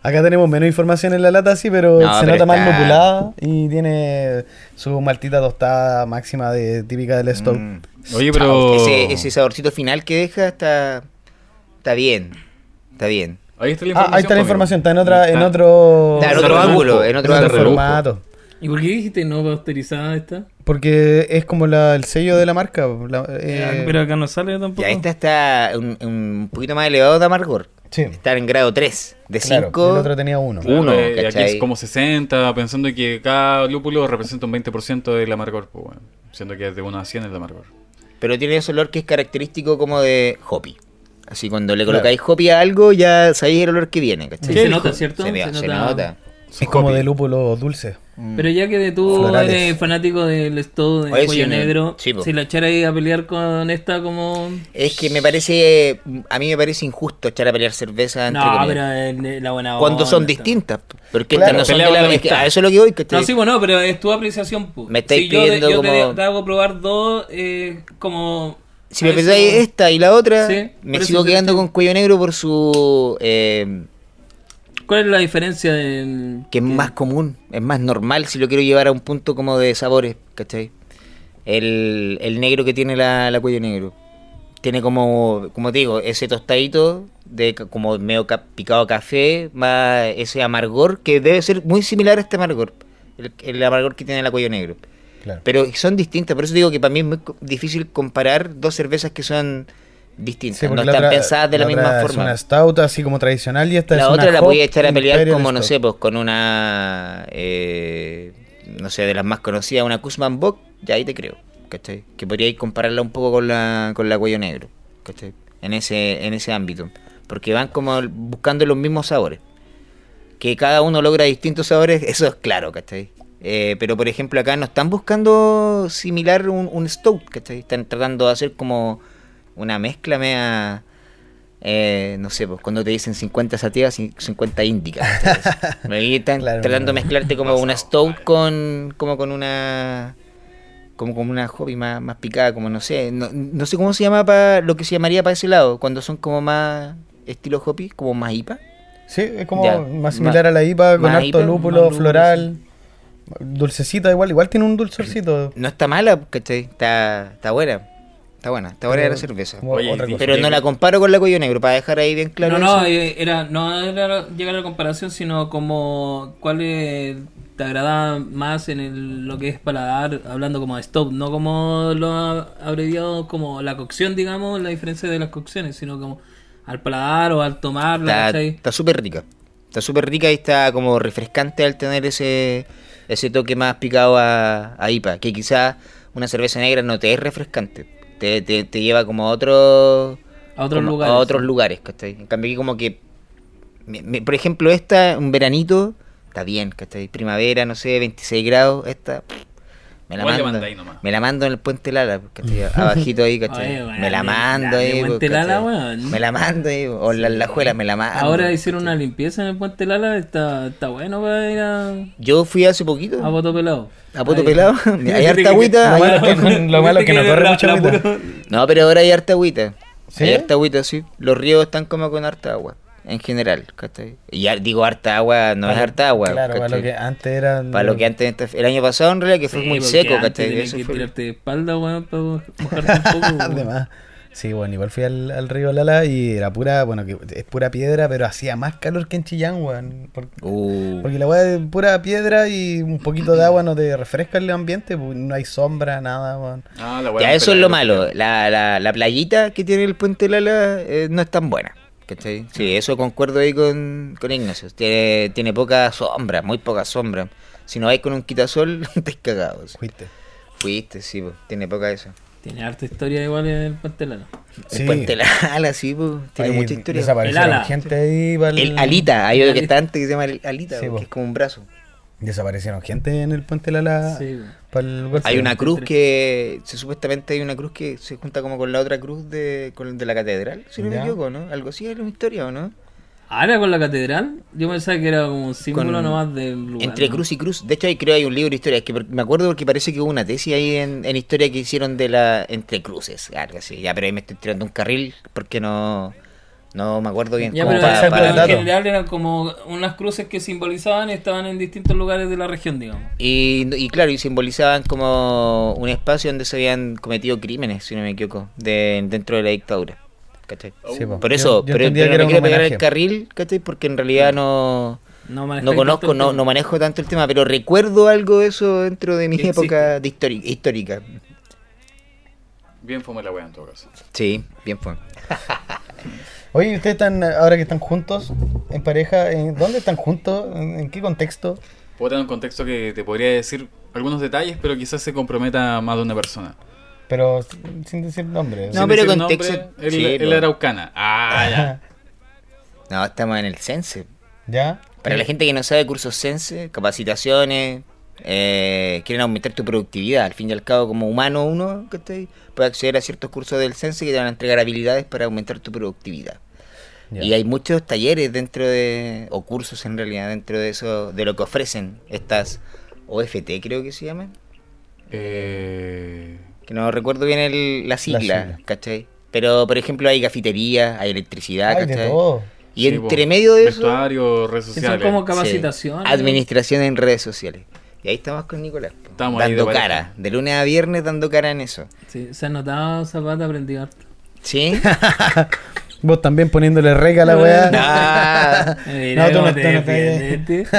Acá tenemos menos información en la lata, sí, pero No, se pero nota más está- lupulada y tiene su maltita tostada máxima de típica Mm. del Storm. Oye, pero. Ese, ese saborcito final que deja está, está bien. Está bien. Ahí está la Ah, información. ahí está la po, información, está amigo. en otra, en Está- otro, otro Claro, otro relujo, ángulo, en otro otro ángulo. relujo. formato. ¿Y por qué dijiste no pasteurizada esta? Porque es como la- el sello de la marca. la- eh, Pero acá no sale tampoco. Ya esta está un, un poquito más elevado de amargor. sí, Está en grado 3, de claro, 5. el otro tenía uno. Claro. Uno, Eh, aquí ¿cachai? es como 60, pensando que cada lúpulo representa un 20% del amargor, pues, bueno. Siendo que es de 1 a 100 el amargor. Pero tiene ese olor que es característico como de hoppy. Así cuando le colocáis hoppy a algo, ya sabéis el olor que viene, Sí, ¿cachai? se nota, ¿cierto? Se, vea, se nota. Es como de lúpulo dulce. Pero ya que tú Florales. eres fanático del esto de Oye, sí, cuello me- negro, sí, po. si la echara ahí a pelear con esta como... Es que me parece, a mí me parece injusto echar a pelear cerveza entre No, comidas. pero el- la buena cuando onda son está. distintas. Porque Claro, estas no son pelea de la con la es que amistad. A eso es lo que voy, ¿cachai? No, sí, bueno, pero es tu apreciación. pu. Me estáis Si yo te- pidiendo yo te, como- te hago probar dos, eh, como... Si me a eso- pensáis esta y la otra, Sí, por me eso sigo te- quedando con cuello negro por su... eh, ¿Cuál es la diferencia del... que es más común, es más normal si lo quiero llevar a un punto como de sabores, ¿cachai? El, el negro que tiene la, la cuello negro. tiene como, como te digo, ese tostadito de ca- como medio ca- picado a café, más ese amargor que debe ser muy similar a este amargor, el, el amargor que tiene el cuello negro. Claro. Pero son distintas, por eso digo que para mí es muy co- difícil comparar dos cervezas que son distintas, Sí, no porque la están otra- pensadas de la, otra misma Es forma. una stout así como tradicional y esta es La una otra la hop voy a echar a pelear Imperial como, no sé, Stout. pues con una, eh, no sé, de las más conocidas, una Kuzman Bock, ya ahí te creo, ¿cachai? Que podríais compararla un poco con la, con la cuello negro, ¿cachai? En ese, en ese ámbito, porque van como buscando los mismos sabores. Que cada uno logra distintos sabores, [LAUGHS] eso es claro, ¿cachai? Eh, pero por ejemplo acá no están buscando similar un, un stout, ¿cachai? Están tratando de hacer como una mezcla media... Eh, no sé, pues cuando te dicen 50 sativas y 50 índicas. [LAUGHS] entonces, Ahí están Claro, tratando no. de mezclarte como una stout con como con una como con una hobby más, más picada, como no sé, no, no sé cómo se llama para lo que se llamaría para ese lado, cuando son como más estilo hoppy, como más IPA. Sí, es como Ya, más similar ma- a la IPA, con más harto IPA, lúpulo, más lúpulo, floral, dulcecita igual, igual tiene un dulzorcito. No está mala, ¿cachai? Está, está buena. Está buena, está buena Pero- la cerveza. como Oye, otra y- cosa. Pero no la comparo con la cuello negro, para dejar ahí bien claro. no, no, eso. eh, era, no era llegar a la comparación, sino como cuál es- te agrada más en el- lo que es paladar, hablando como de stop, no como lo ha- abreviado como la cocción, digamos, la diferencia de las cocciones, sino como al paladar o al tomarla, Está ¿cachai? está súper rica. Está súper rica y está como refrescante al tener ese, ese toque más picado a, a IPA. Que quizás una cerveza negra no te es refrescante. Te, te- te lleva como a otro, A otros como lugares. A otros lugares, ¿cachai? En cambio aquí como que... me- me- por ejemplo, esta, un veranito, está bien, ¿cachai? Primavera, no sé, 26 grados, esta... pff, Me la, Igual le mando, mandáis nomás. me la mando en el puente Lala, pues, [LAUGHS] ¿cachai? abajito ahí, ¿cachai? Oye, weón, me la de- mando de ahí. pues, Puente ¿cachai? Lala, weón. Me la mando ahí, o la lajuela, me la mando. Ahora hicieron una limpieza en el Puente Lala, está, está bueno para ir a, Yo fui hace poquito a Voto Pelado. a [LAUGHS] Poto Pelado. [LAUGHS] hay harta Lo agüita. malo que no- lo malo que no corre mucha agüita. No, pero ahora hay harta agüita. ¿Sí? Hay harta agüita, sí. Los ríos están como con harta agua, en general. ¿cachai? Y ar- digo harta agua, no es harta agua. Claro, para lo ¿cachai? que antes era. Para lo [LAUGHS] que antes, esta- el año pasado en realidad que fue muy seco, ¿cachai? Tienes Eso que fue- tirarte de espalda, weón, para mojarte un poco. [LAUGHS] weón. Además. Sí, bueno, igual fui al, al río Lala y era pura, bueno, que es pura piedra, pero hacía más calor que en Chillán, weón. Por- Uh, Porque la weá es pura piedra y un poquito de agua no te refresca el ambiente, pues, no hay sombra, nada, weón. Ah, la ya, buena eso es pelada. lo malo. La, la, la playita que tiene el puente Lala eh, no es tan buena. ¿Cachai? Sí, eso concuerdo ahí con, con Ignacio. Tiene, tiene poca sombra, muy poca sombra. Si no vais con un quitasol, [LAUGHS] estáis cagados. Fuiste. Fuiste, sí, po, tiene poca eso. Tiene harta historia igual en el pastelano. El Sí. puente Lala, sí, po, tiene Ahí mucha historia. Desaparecieron El ala. gente ahí pa'l- El Alita, hay otro que Alita. está antes que se llama el Alita, Sí, po, po. que es como un brazo. Desaparecieron gente en el puente Ah. Lala. Sí. pa'l golpe. Hay una cruz Tres. que, se- supuestamente hay una cruz que se junta como con la otra cruz de, con, de la catedral, si no me Ya. equivoco, ¿no? Algo así es una historia, ¿o no? Ahora con la catedral, yo pensaba que era como un símbolo Con- nomás del lugar. Entre ¿no? cruz y cruz. De hecho, ahí creo hay un libro de historia. Es que por- me acuerdo porque parece que hubo una tesis ahí en, en historia que hicieron de la entre cruces. Algo así. Ya, pero ahí me estoy tirando un carril porque no, no me acuerdo bien. Ya, cómo pero, para- pero para el en dato. general eran como unas cruces que simbolizaban y estaban en distintos lugares de la región, digamos. Y, y claro, y simbolizaban como un espacio donde se habían cometido crímenes, si no me equivoco, de, dentro de la dictadura. ¿Cachai? Sí, po. Por Yo- eso, yo pero, entendía pero que era no un quiero pegar el homenaje. carril, ¿cachai? Porque en realidad no, No, no manejáis tanto conozco, el no, tema. no manejo tanto el tema, pero recuerdo algo de eso dentro de mi Que época de histori- histórica. Bien fome la wea en todo caso. Sí, bien fue. Oye, ¿y ustedes están, ahora que están juntos, en pareja, ¿en ¿dónde están juntos? ¿En, en qué contexto? Puedo tener un contexto que te podría decir algunos detalles, pero quizás se comprometa más de una persona. Pero sin- sin decir nombre. No, Sin pero decir contexto- nombre, el, sí, el po. Araucana. Ah, [LAUGHS] ya. No, estamos en el Sense. [LAUGHS] ¿Ya? Para la gente que no sabe cursos Sense, capacitaciones, eh, quieren aumentar tu productividad. Al fin y al cabo, como humano uno, ¿cachai? Puede acceder a ciertos cursos del Sense que te van a entregar habilidades para aumentar tu productividad. Ya. Y hay muchos talleres dentro de, o cursos en realidad, dentro de eso, de lo que ofrecen estas OFT, creo que se llaman. Eh, que no recuerdo bien el- la sigla, sigla. ¿cachai? Pero, por ejemplo, hay cafetería, hay electricidad, Ay, de ¿cachai? todo. Y sí, entre po. medio de eso, Vestuario, redes Sí, sociales. son como sí, capacitaciones. administración en redes sociales. Y ahí estamos con Nicolás, po, Estamos ahí de dando pareja. cara, de lunes a viernes dando cara en eso. Sí, se ha notado Zapata aprendió harto. [LAUGHS] ¿Sí? Vos también poniéndole rega a la weá. Ah, Eh, No, tú no estás, no estás. este. [LAUGHS]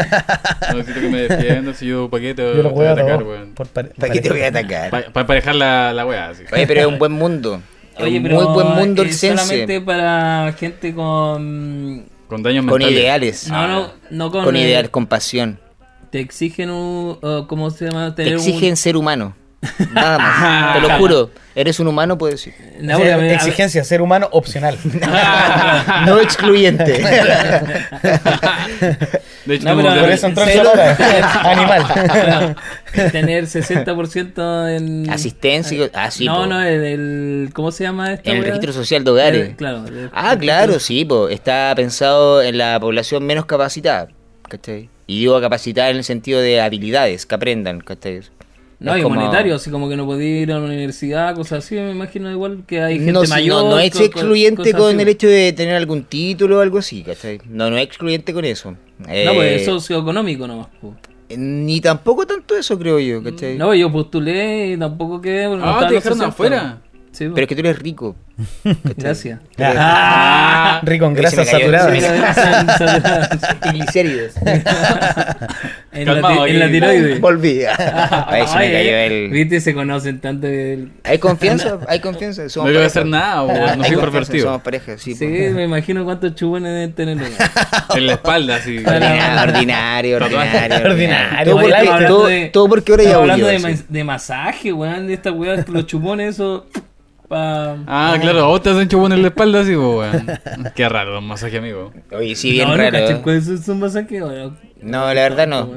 No necesito que me defiendan si yo paquete Yo los te voy voy a a atacar, robar weón. por pare- ¿Para qué te voy a atacar? Para emparejar la, la weá, así. Oye, pero es un buen mundo. Es Oye, un pero muy buen mundo el es sense. solamente para gente con... Con daños Con mentales. ideales. No, no, no con... Con eh, ideales, con pasión. Te exigen un... uh, ¿Cómo se llama? Te Tener un- exigen ser humano. [LAUGHS] Nada más. Te lo juro. Eres un humano, puedes decir. No, O sea, porque a- exigencia, ser humano [LAUGHS] opcional. No excluyente. De hecho, No, no, pero Por eso entró en Cero. [LAUGHS] [LAUGHS] Animal. tener 60% en... Asistencia. Ah, sí, no, po. no, en el... ¿Cómo se llama esto? En el registro social de hogares. Claro. de- Ah, claro, sí, po. está pensado en la población menos capacitada. ¿cachai? Y digo capacitada en el sentido de habilidades que aprendan. ¿cachai? No, Es y como- monetario, así como que no podía ir a la universidad, cosas así, me imagino igual que hay gente No, sí, mayor. no, no es co- co- excluyente cosas con así. el hecho de tener algún título o algo así. ¿cachai? No, no es excluyente con eso. Eh, No, pues es socioeconómico nomás. po. Ni tampoco tanto eso, creo yo. ¿cachai? No, yo postulé y tampoco quedé. porque no Ah, estaban te los dejaron aceptos. afuera. Sí, po. Pero es que tú eres rico. ¿cachai? gracias. Rico en Uy, Ah. se me grasas cayó, se me saturadas. eh, [LAUGHS] Y glicéridos. en, la, Calmado, ti- en la ahí. tiroides. Volví. [LAUGHS] Ahí se me Ay, cayó eh, [LAUGHS] el. Viste, se conocen tanto. el- Hay confianza, hay confianza. No Somos quiero pareja. hacer nada, weón. No Hay soy confianza, pervertido. Somos pareja, sí. pues. Sí, po. me imagino cuántos chubones deben tener. En la espalda, así. [LAUGHS] Ordinario, ordinario, ordinario. Ordinario, Todo like, porque- Todo, de- todo porque ahora ya Estaba hablando volvió, de, sí. mas- de masaje, weón, de esta weá, los chupones, eso. Pa... Ah, claro, vos te hacen chupón en la espalda, así, po, weón. [LAUGHS] Qué raro, los masajes, amigo. Oye, sí, bien no, no, raro. caché, ¿eh? ¿cuál es- es un masaje? Bueno, No, la [LAUGHS] verdad no.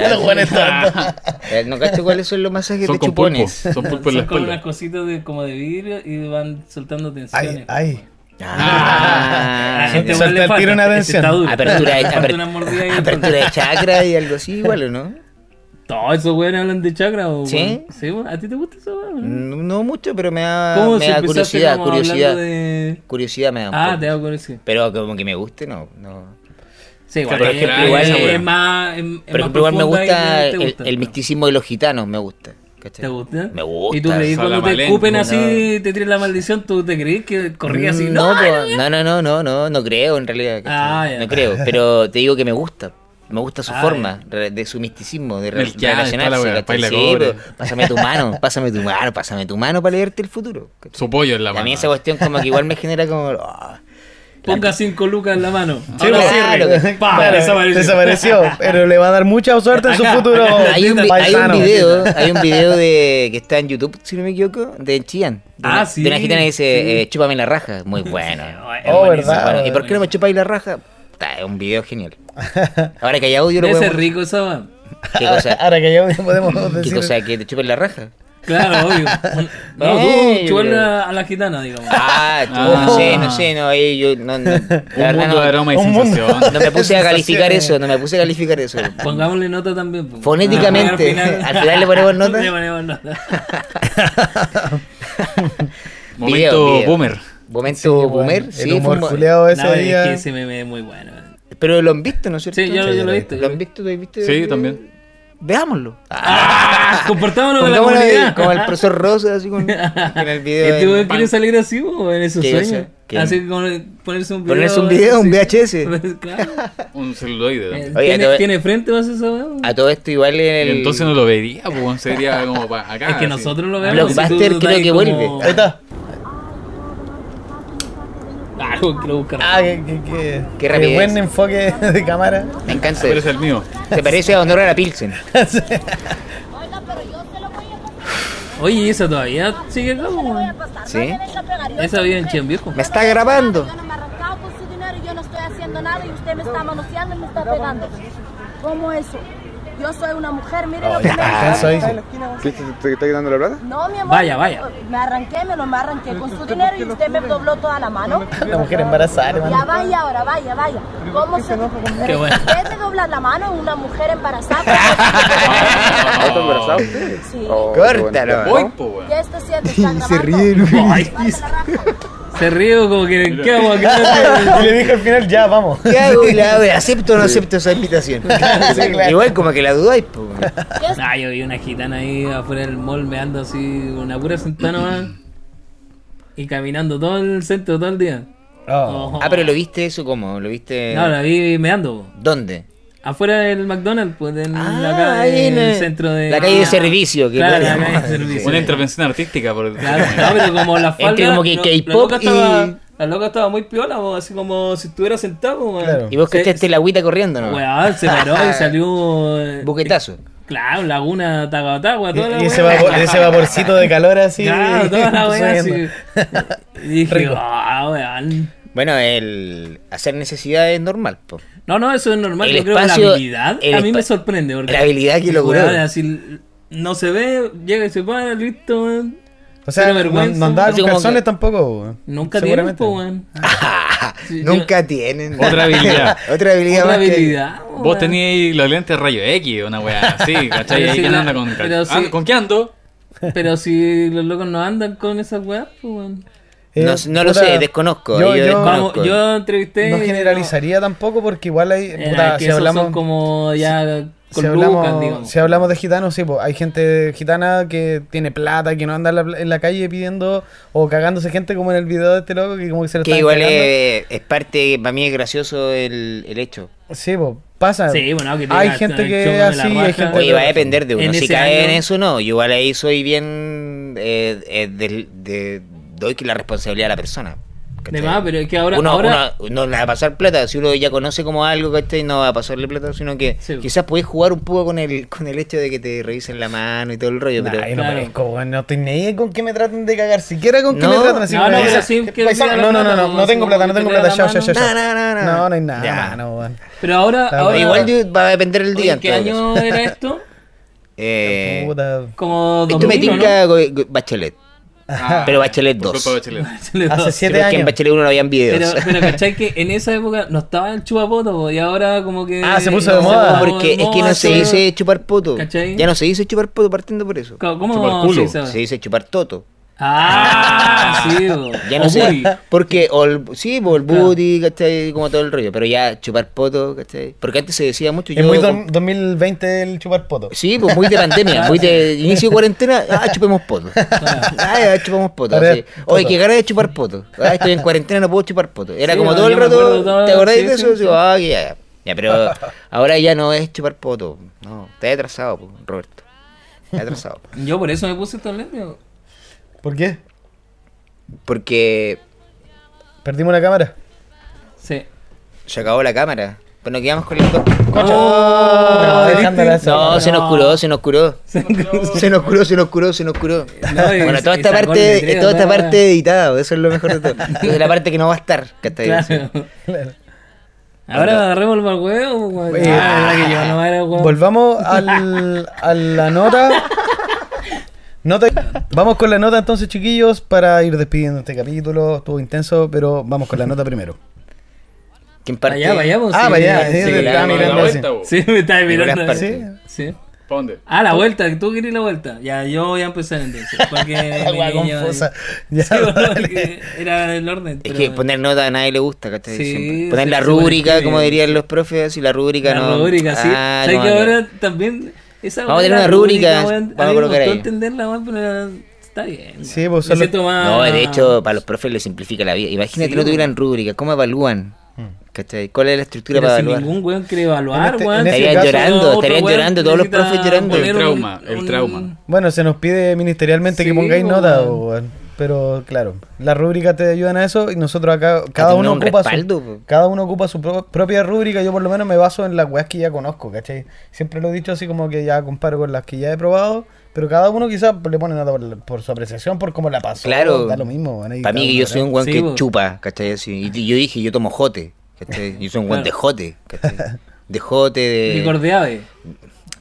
Los buenos tontos. Eh, No cacho cuáles son los masajes Son de con pulpo. chupones. Son pulpo en la son con unas espalda. cositas de, como de vidrio y van soltando tensiones. Ay, [LAUGHS] ay. Ah, Ah, este Suelta weón le el falta, tiro una ese tensión. está duro. Apertura [LAUGHS] de, Falta aper- una mordida ahí. apertura de chakra y algo así, igual, ¿o no? Todos esos weones hablan de chakra. o ¿Sí? weón. ¿Sí? weón? ¿A ti te gusta eso? weón? No, no mucho, pero me da, ¿Cómo me se da empezaste curiosidad, como hablando curiosidad. de- Curiosidad me da un Ah, poco. te hago curiosidad. Pero como que me guste, no. no. Sí, igual, por es- ejemplo, es- igual- es más. es- es Por más ejemplo, igual me profunda y gusta te el, gusta. el misticismo de los gitanos, me gusta. ¿cachai? ¿Te gusta? Me gusta. ¿Y tú creí cuando te Salamalén, escupen no. así te tiran la maldición? ¿Tú te creí que [LAUGHS] corrías así? Mm, No, po, no, no, no, no, no, no creo en realidad. Ah, ¿cachai? ya. No creo, pero te digo que me gusta. Me gusta su Ah, forma, re- de su misticismo, de re- El ya, está la relacionarse. wea, ¿cachai? baila Sí, cobre. pero pásame [LAUGHS] tu mano, pásame tu mano, pásame tu mano para leerte el futuro. ¿cachai? Su pollo en la a mí mano. esa cuestión como que igual me genera como... ah, Ponga cinco lucas en la mano. claro, Pa, Claro, desapareció. Desapareció. Pero le va a dar mucha suerte en su futuro. Hay un, vi- hay un Oh, paisano. video, hay un video de que está en YouTube, si no me equivoco, de Chian. De Ah, una, sí, de una gitana que dice, sí. eh, chúpame la raja. Muy bueno. Oh, verdad. Bueno, ¿y por qué no me chupáis la raja? Ta, Es un video genial. Ahora que hay audio lo Debe ser podemos... rico esa va. [LAUGHS] ¿Qué cosa? Ahora que ya podemos ¿Qué decir. cosa? ¿Que te chupen la raja? Claro, obvio. No, Ey, tú, chuparle bro. a, a la gitana, digamos. Ah, tú, Ah. no sé, no sé, no, ahí yo no, no, la verdad Un mundo no- de aroma y Un mundo. [LAUGHS] sensación. no me puse a calificar Sensaciones. eso, no me puse a calificar eso. Pongámosle nota también. po. [LAUGHS] Fonéticamente. Al final le ponemos nota. Le ponemos nota. Momento Video, video. boomer. Momento Sí, bueno, boomer, el sí, fue humor un mo- culeado ese No, día. es que ese meme es muy bueno. Pero lo han visto, ¿no es cierto? Sí, yo, yo lo he visto. ¿Lo han visto? ¿Lo has visto? Sí, también. Veámoslo. Ah, compartámoslo con la Pongámoslo ahí, comunidad. como el profesor Rosa, [LAUGHS] así con, con el video. Este en- weón quiere salir así o en esos ¿Qué cosa? sueños. ¿Qué? Así como ponerse un video. Ponerse un video, un así. VHS. [LAUGHS] Claro. Un celuloide. Eh, también. Oye, te ¿Tiene, voy- tiene frente más esa weón? A todo esto igual en el... Y entonces no lo vería, pues weón, sería como para acá. Es que así. nosotros lo vemos. Blockbuster si tú creo dais que como- vuelve. Ahí está. Ah, weón, quiero buscar. Ah, que, que, que, Qué que rapidez. buen enfoque [LAUGHS] de cámara. Me encanta Pero es eso. el [LAUGHS] mío. Se parece a Honor a la Pilsen. Oye, ¿y esa todavía sigue acá, weón? ¿Sí? Esa vive en Chien Viejo. Me está grabando. Yo no me he arrancado con su dinero, yo no estoy haciendo nada y usted me está manoseando y me está pegando. ¿Cómo eso? Yo soy una mujer, mire lo que me Eso ahí. ¿Qué? ¿Te, te está quitando la plata? No, mi amor. Vaya, vaya. Me arranqué, me lo me arranqué con su dinero y usted me dobló toda la mano. La mujer embarazada, Ya hermano. vaya ahora, vaya, vaya. ¿Cómo se.? Qué [LAUGHS] bueno. ¿Usted me dobla la mano a una [LAUGHS] mujer embarazada? ¿Ah, ¿Está embarazada usted? Sí. Oh, qué Córtalo. bonita. Voy, pues weón. ¿Qué está haciendo? ¿Está grabando? Ay, Parte la raja. se ríe como que ¿qué vamos [LAUGHS] acá. Y le dije al final, ya, vamos. ¿Qué hago? ¿La hago? ¿Acepto o no acepto [LAUGHS] esa invitación? Igual como que la dudáis, po. Ah, yo vi una gitana ahí afuera del mall meando así, una pura sentada nomás. y caminando todo el centro todo el día. Oh. Ah, pero lo viste eso cómo? ¿Lo viste? No, la vi meando. po. ¿Dónde? Afuera del McDonald's, pues, en la Ah, calle, ahí en en el el- centro de... la calle de servicio, que claro, la podríamos calle de decir. servicio. Una intervención artística, por Claro, no, pero como la falda... [LAUGHS] Entre como que no, la, K-pop loca y- estaba, la loca estaba muy piola, po, así como si estuviera sentado. po, Claro. ¿Y vos Se- cachaste la agüita corriendo, no? Weón, se paró [LAUGHS] y salió... eh, Buquetazo. Claro, Laguna Tagatagua, toda la Y, y ese, weá. vapor- ese [LAUGHS] vaporcito de calor así. Claro, [LAUGHS] toda la weá así. subiendo. Y dije, Rico. ah, weón. Bueno, el hacer necesidades es normal, po. No, no, eso es normal. El Yo creo que la espacio- habilidad el a mí espa- me sorprende. Porque la habilidad que logró. weón, así, no se ve, llega y se para, listo, weón. O sea, Pero no, vergüenza. no andaba Así con como calzones que- tampoco, weón. Nunca tiene Seguramente. Ah, po, weón. Sí, yo- Ah, Nunca tienen. Otra habilidad. [LAUGHS] Otra habilidad Otra más que- habilidad. po, [LAUGHS] Vos weón. teníais los lentes rayo X, una weá así, ¿cachai? Pero Ahí sí, que la- anda con. pero ah, sí. ¿Con qué ando? Pero si los locos no andan con esas weas, pues weón. Eh, No- no lo puta, sé, desconozco, Yo, yo yo desconozco. Vamos, yo entrevisté. no y- generalizaría tampoco porque igual hay. Era Puta, Eh, que si esos hablamos. son como ya con si, Lucas, hablamos, digamos. si hablamos de gitanos, sí, pues hay gente gitana que tiene plata, que no anda en la, pla- en la calle pidiendo o cagándose gente como en el video de este loco que como que se lo Que estaban igual cagando. es, es parte, para mí es gracioso el, el hecho. Sí, pues pasa. Sí, bueno, que te hay digas, gente el que show es de la así, hay raja. gente Oye, que- va a depender de uno. En si ese cae en año- eso, no. Yo igual ahí soy bien. eh, eh, del- de- doy que la responsabilidad a la persona. ¿cachai? De más, pero es que ahora- Uno, ahora- uno no le va a pasar plata. Si uno ya conoce como algo, ¿cachai? No va a pasarle plata, sino que Sí. quizás podés jugar un poco con el, con el hecho de que te revisen la mano y todo el rollo. Nah, pero yo no Claro. merezco, weón, no estoy ni ahí con que me traten de cagar, siquiera con que No, me tratan así. no, como no, me pero dicen, sí "Eh, que paisano, te no, no, no, tratan no, como no tengo así plata, como no tengo que te plata, ya, dan ya, la ya, ya. mano. No, no, no, no. no, no hay nada, Ya. no, weón. Pero ahora, Claro, ahora igual yo- va a depender del Oye, día. en ¿Qué todo año caso. era esto? Eh, Puta. Como esto me 2000, ¿no? [LAUGHS] tinca go- go- Bachelet. Ah, Pero Bachelet por 2. culpa de Bachelet. Hace Creo siete que en años. Bachelet 1 no habían Pero, videos. [LAUGHS] pero ¿cachai que en esa época no estaba el chupapoto po, y ahora como que... Ah, se puso no de moda. puso de Porque es moda, que no se sí. dice chupar poto. ¿Cachai? Ya no se dice chupar poto partiendo por eso. Co- ¿Cómo Chupar culo. se dice? Se dice chupar toto. Ah, sí, po. Ya no O sé. booty. [LAUGHS] Porque, o el- sí, o el booty, ¿cachai? Como todo el rollo. Pero ya chupar poto, ¿cachai? Porque antes se decía mucho. Es muy do- 2020 el chupar poto. Sí, pues muy de [LAUGHS] pandemia, muy de inicio de cuarentena, ah, chupemos poto. Ah, ya, chupemos poto. Ahora, sí. Oye, poto. qué ganas de chupar poto. Ah, estoy en cuarentena, no puedo chupar poto. Era Sí, como no, todo el yo me rato, acuerdo todo- ¿te acordás sí, de sí, eso? sí. Digo, ah, que ya, ya. [LAUGHS] Ya, pero ahora ya no es chupar poto. No, está atrasado, po, Roberto. Está atrasado. Yo por eso me puse estos lentes. po. ¿Por qué? Porque Perdimos la cámara. Sí. se acabó la cámara. Pues nos quedamos con las dos. Oh, No, ¿viste? dejándola esa. No, se nos no. curó, se nos curó. Se nos curó, se nos curó, se nos curó. No, y- Bueno, toda y esta sacó el parte, letrero, toda esta toda la- parte editada, eso es lo mejor de todo. Entonces, la parte que no va a estar, ¿cachai? [LAUGHS] Claro. Ahora agarremos el mal huevo. weón. Eh, Ah, verdad que yo no era, weón. [LAUGHS] Volvamos al, a la [LAUGHS] nota. Nota. Vamos con la nota entonces, chiquillos, para ir despidiendo este capítulo. Estuvo intenso, pero vamos con la nota primero. ¿Quién parte? Allá, vayamos. Ah, Oh, sí. vaya, Sí, eh, sí, estaba Dame la mirando así. vuelta, bo. Sí, me estaba mirando. Nicolás Parque. así. Sí. Sí. ¿Pa' dónde? Ah, la vuelta, tú querés la vuelta. Ya, yo voy a empezar entonces. Porque [LAUGHS] mi Agua niño- eh. confusa. Sí, Ya, bueno, [LAUGHS] dale. porque era el orden. Es pero- que poner nota a nadie le gusta, ¿cachai? Sí, Siempre. Poner sí, la sí, rúbrica, bueno, como sí. dirían los profes, y la rúbrica La no. rúbrica, sí. Ah, ¿Sabes no, que no. ahora también. Esa Vamos a tener weá, una la weón, rúbrica, a vamos a mí me colocar costó ahí. entenderla, weón, pero está bien. Sí, weón. pues, Me solo- siento más- No, de hecho, para los profes les simplifica la vida. Ah. Sí, Imagínate que no bueno. tuvieran rúbrica, ¿cómo evalúan? ¿Cachai? ¿Cuál es la estructura Pero para si evaluar? ningún weón quiere evaluar, En este- weón. en este Si caso- acaso Estarían otro llorando, weón llorando, todos los necesita profes llorando. poner El un- trauma, el un- trauma. Bueno, se nos pide ministerialmente Sí, que pongáis pues, bueno. nota, weón. pero claro, las rúbricas te ayudan a eso y nosotros acá cada tener uno un ocupa respaldo, su, po. cada uno ocupa su pro- propia rúbrica, yo por lo menos me baso en las weas que ya conozco, ¿cachai? Siempre lo he dicho así como que ya comparo con las que ya he probado, pero cada uno quizás le pone nota por, por su apreciación, por cómo la pasó, Claro. da lo mismo. weón, ahí Para cada mí, que uno, yo soy un guan Sí, que vos. chupa, ¿cachai? Así. Y yo dije, yo tomo jote, ¿cachai? Yo soy un guan de jote, ¿cachai? De [LAUGHS] jote, de... Licor de ave.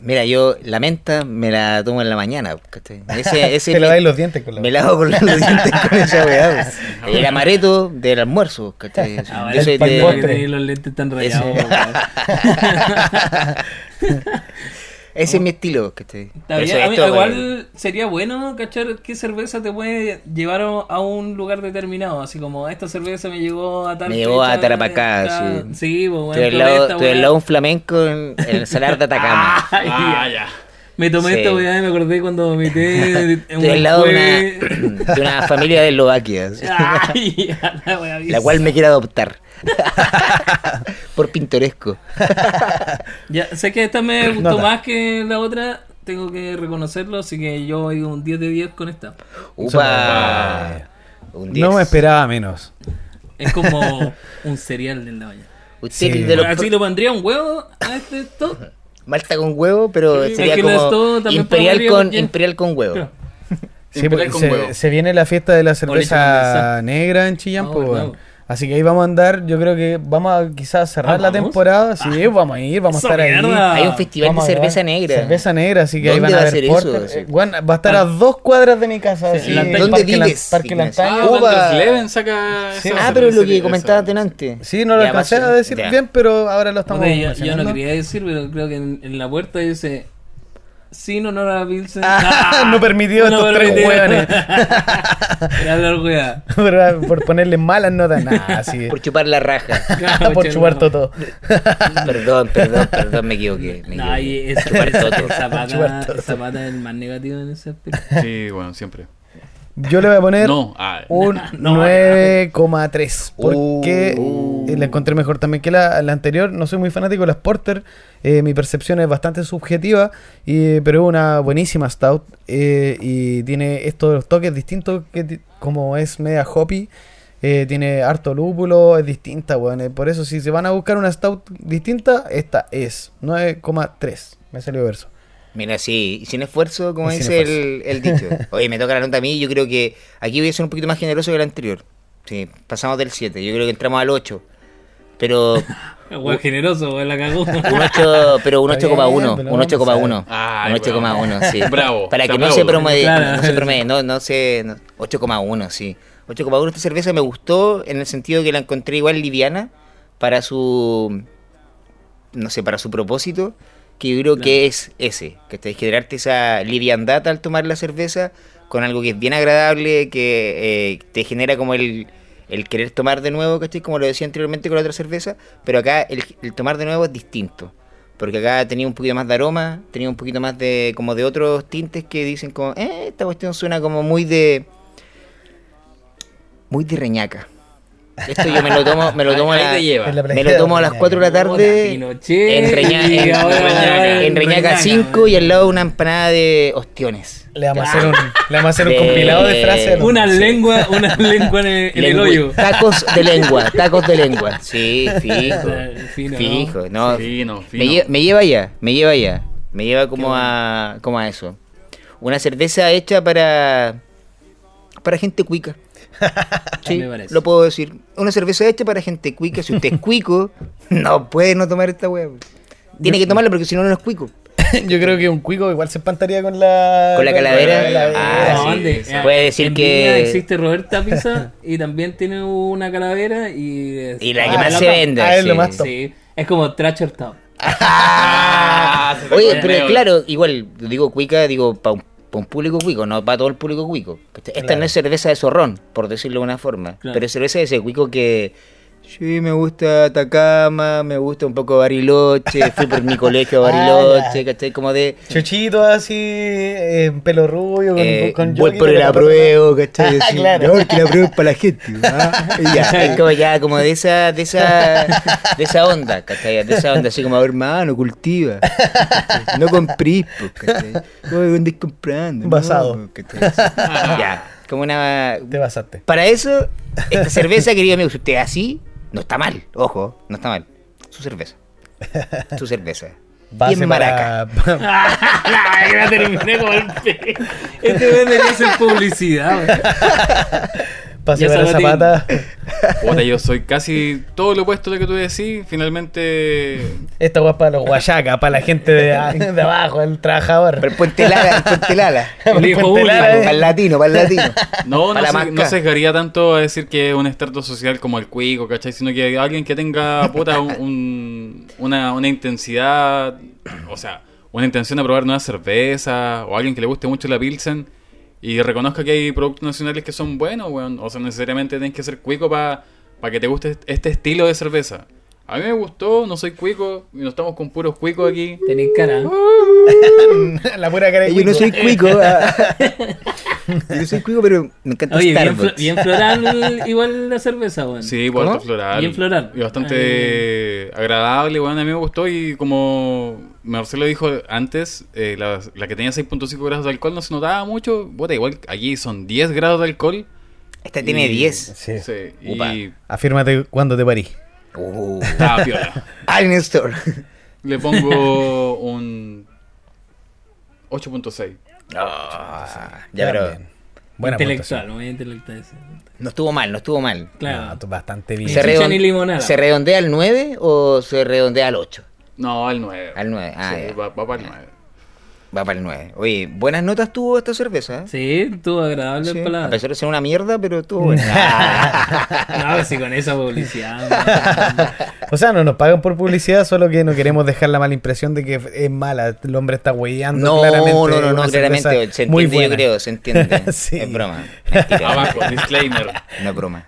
Mira, yo la menta me la tomo en la mañana, ¿cachai? [LAUGHS] Ese, ese Te me- laváis los dientes con la Me lavo por los dientes con [LAUGHS] esa weá. pues. El amareto del almuerzo, ¿cachai? Así. Ahora Yo soy Ah, pa'l de- entiendo que postre. tenéis los lentes tan rayados. [LAUGHS] weón. Ese es mi estilo, ¿cachai? Está Por eso bien, a mí esto, igual sería bueno cachar qué cerveza te puede llevar a- a un lugar determinado. Así como, esta cerveza me llegó a tal Me llevó fecha, a Tarapacá, esta- sí. Sí, pues, weón, weón, Estoy al probé lado, esta estoy al weá. [LAUGHS] lado de un flamenco en, en el salar de Atacama. Ay, Ah, ya. Me tomé Sí. esta weá y me acordé cuando [LAUGHS] [LAUGHS] vomité en Estoy al lado de una, de una familia de Eslovaquia, sí, [LAUGHS] Ah, Ay, [LAUGHS] a la weá, la cual me quiere adoptar. [LAUGHS] Por pintoresco. Ya, sé que esta me gustó Nota. más que la otra, tengo que reconocerlo, así que yo voy un 10 de 10 con esta. Upa. Un 10. No me esperaba menos. Es [LAUGHS] como un cereal del la mañana. Usted Sí. de los Así le pondría un huevo a este top. Malta con huevo, pero Sí, sería es que no es todo, como también imperial podría- con, ya. imperial con huevo. Claro. Sí, Imperial porque con se, huevo. se viene la fiesta de la condensada. cerveza negra en Chillán, Ah, pues, verdad. weón. Así que ahí vamos a andar, yo creo que vamos a quizás cerrar Ah, la ¿vamos? temporada, sí, vamos a ir, vamos a Esa estar ahí. mierda. Hay un festival Vamos de a grabar cerveza negra. Cerveza negra, así que ahí van ¿Dónde a va a ver ser eso? porters. Sí. Eh, bueno, va a estar a dos cuadras de mi casa. Sí, así, en la- el ¿Dónde Parque Lan- vives, Parque Ignacio? Lantaño. Ah, Uva. Bandas Leven saca Sí. esa- Ah, pero esa- lo que esa- comentabas delante. Sí, no lo Ya, alcancé va a a ser- decir ya. bien, pero ahora lo estamos Oye, yo, yo no mencionando. [LAUGHS] quería decir, pero creo que en, en la puerta dice sin honor a Pilsen. Ah, no permitió estos tres hueones. Era hablar weá. Pero, [LAUGHS] por ponerle malas notas, nada, así. [LAUGHS] Por chupar la raja. [LAUGHS] por chupar todo. perdón, perdón, perdón, me equivoqué. me No, y equivoqué. esa, Chupar esa, toto. esa pata, Chupar todo. esa pata es el más negativo en ese aspecto. Sí, bueno, siempre. Yo le voy a poner No, ah, un no, 9,3. Porque eh, la encontré mejor también que la, la anterior. No soy muy fanático de las Porter. eh, mi percepción es bastante subjetiva. y- pero es una buenísima Stout. eh, y tiene estos toques distintos. Que, ti- como es media hoppy. eh, tiene harto lúpulo. Es distinta, weón. eh, por eso, si se van a buscar una Stout distinta, esta es 9,3. Me salió verso. Mira, sí, y sin esfuerzo, como Y sin dice el, el dicho. Oye, me toca la nota a mí, yo creo que aquí voy a ser un poquito más generoso que el anterior. Sí, pasamos del 7, yo creo que entramos al 8. Pero Weá generoso, weá la cagó. un 8, pero un Está 8,1, un bien, pero vamos a 8,1. Ay, Un 8,1, sí. [LAUGHS] bravo. Para Te que no aplaudo. se promedie, Claro. no se promedie, no, no se no- 8,1, sí. 8,1 esta cerveza me gustó en el sentido que la encontré igual liviana para su no sé, para su propósito, que yo creo que es ese, que estáis generarte esa liviandad al tomar la cerveza con algo que es bien agradable, que eh, te genera como el, el querer tomar de nuevo, ¿cachai? Como lo decía anteriormente con la otra cerveza, pero acá el, el tomar de nuevo es distinto, porque acá tenía un poquito más de aroma, tenía un poquito más de como de otros tintes que dicen como, eh, esta cuestión suena como muy de... muy de reñaca. Esto yo me lo tomo, me lo tomo [LAUGHS] a Ahí la- te lleva. En la me lo tomo a las 4 de la tarde en [LAUGHS] Reñaca, en, ahora en Reñaca 5 y al lado una empanada de ostiones. Le vamos a hacer un, le vamos a hacer Este un De- compilado de frases. ¿no? Una Sí. lengua, una lengua en el, en el Eh, Lengua- hoyo. Tacos [LAUGHS] de lengua, tacos de lengua. Sí, fijo. Fino, ¿no? fijo, no. Fino, fino. Me, lle- me lleva allá, me lleva allá. Me lleva como a, como a eso. Una cerveza hecha para, para gente cuica. Sí, Me parece. lo puedo decir. Una cerveza hecha para gente cuica. Si usted es cuico, [LAUGHS] no puede no tomar esta hueá. pues. Tiene que tomarla porque si no, no es cuico. [LAUGHS] Yo creo que un cuico igual se espantaría con la. ¿Con la calavera? Ah, No, sí. ande, se puede decir en que- Viña existe Roberta [LAUGHS] Pizza y también tiene una calavera y. Y la que Ah, más la se pa- vende. ah, es lo sí. más top. Sí, es como Thrasher Town. Ah, se Oye, recuerda. pero claro, igual, digo cuica, digo para un, pa' un público cuico, no para todo el público cuico. Esta no es cerveza de zorrón, por decirlo de una forma, Claro. pero es cerveza de ese cuico que... Sí, me gusta Atacama, me gusta un poco Bariloche, fui por mi [LAUGHS] colegio Ah, a Bariloche, ¿cachai? Como de... Chuchito así, eh, pelo rubio, con, Eh, con voy jogging, por el pero- apruebo, [LAUGHS] ¿cachai? Ah, Así, claro. "No, porque el apruebo es para la gente. ¿ah?" [LAUGHS] Y ya, es como ya, como de esa, de esa, de esa onda, ¿cachai? De esa onda, así como, hermano, cultiva. No comprís, pues, ¿cachai? No, ¿dónde estás comprando? No, Basado. pues, ¿cachai? Así, Ya, como una... [LAUGHS] Te basaste. Para eso, esta cerveza, querido amigo, si usted es así, no está mal, ojo, no está mal. Su cerveza. Su cerveza. [LAUGHS] Bien maraca. [LAUGHS] para- Ay, la terminé con el pe- Este vende le hacen publicidad. weón. Pase Ya para Sabatín. Zapata. Puta, yo soy casi todo lo opuesto a lo que tú decís. Finalmente. [LAUGHS] Esta guapa para los guayacas, para la gente [LAUGHS] de, de abajo, el trabajador. [LAUGHS] Para el puente Lala, el puente Lala. El hijo Puente único. Lara, Para el eh. latino, para el latino. No, no, Para la se, no masca. sesgaría tanto a decir que es un estrato social como el cuico, ¿cachai? Sino que alguien que tenga, puta, un- un- una, una intensidad, o sea, una intención de probar nuevas cervezas, o alguien que le guste mucho la Pilsen, y reconozca que hay productos nacionales que son buenos, weón. O sea, necesariamente tienes que ser cuico para que te guste este estilo de cerveza. A mí me gustó, no soy cuico, y no estamos con puros cuicos aquí. Tenéis cara. [LAUGHS] Mm. la pura cara de Yo no Cuico. soy cuico. ah. [LAUGHS] Yo no soy cuico, pero me encanta Oye, bien, Starbucks. flo- bien floral igual la cerveza, weón. Sí, pues, harto ¿Cómo? floral. Bien floral. Ah. Y bastante agradable, bueno, a mí me gustó y como Marcelo dijo antes, eh, la, la que tenía 6.5 grados de alcohol no se notaba mucho. Bueno, igual aquí son 10 grados de alcohol. Esta Este tiene Y- 10. Sí. Sí, Upa. y Afírmate cuando te parí. Uh, estaba piola. [LAUGHS] Alien Store. Le pongo un 8.6. Ah, ya, pero bien. Buena intelectual, muy intelectual ese. no estuvo mal, no estuvo mal. puntuación. Claro. No, bastante bien. ¿Se, Ni chicha redon- ni limonada. ¿Se redondea al 9 o se redondea al 8? No, al 9. Al 9, ah, Sí, ya. va, va para el 9. Va para el 9. Oye, buenas notas tuvo esta cerveza. ¿eh? Sí, estuvo agradable Sí, el A paladar. pesar de ser una mierda, pero estuvo [LAUGHS] buena. Ah, No, pero si con esa publicidad. weón. O sea, no nos pagan por publicidad, solo que no queremos dejar la mala impresión de que es mala. El hombre está huellando. No, claramente, no, no, no, una claramente. cerveza Se muy entiende, yo buena. creo, se [LAUGHS] entiende. [LAUGHS] Sí. Es broma. Mentira. [LAUGHS] Abajo, disclaimer. No es [LAUGHS] broma.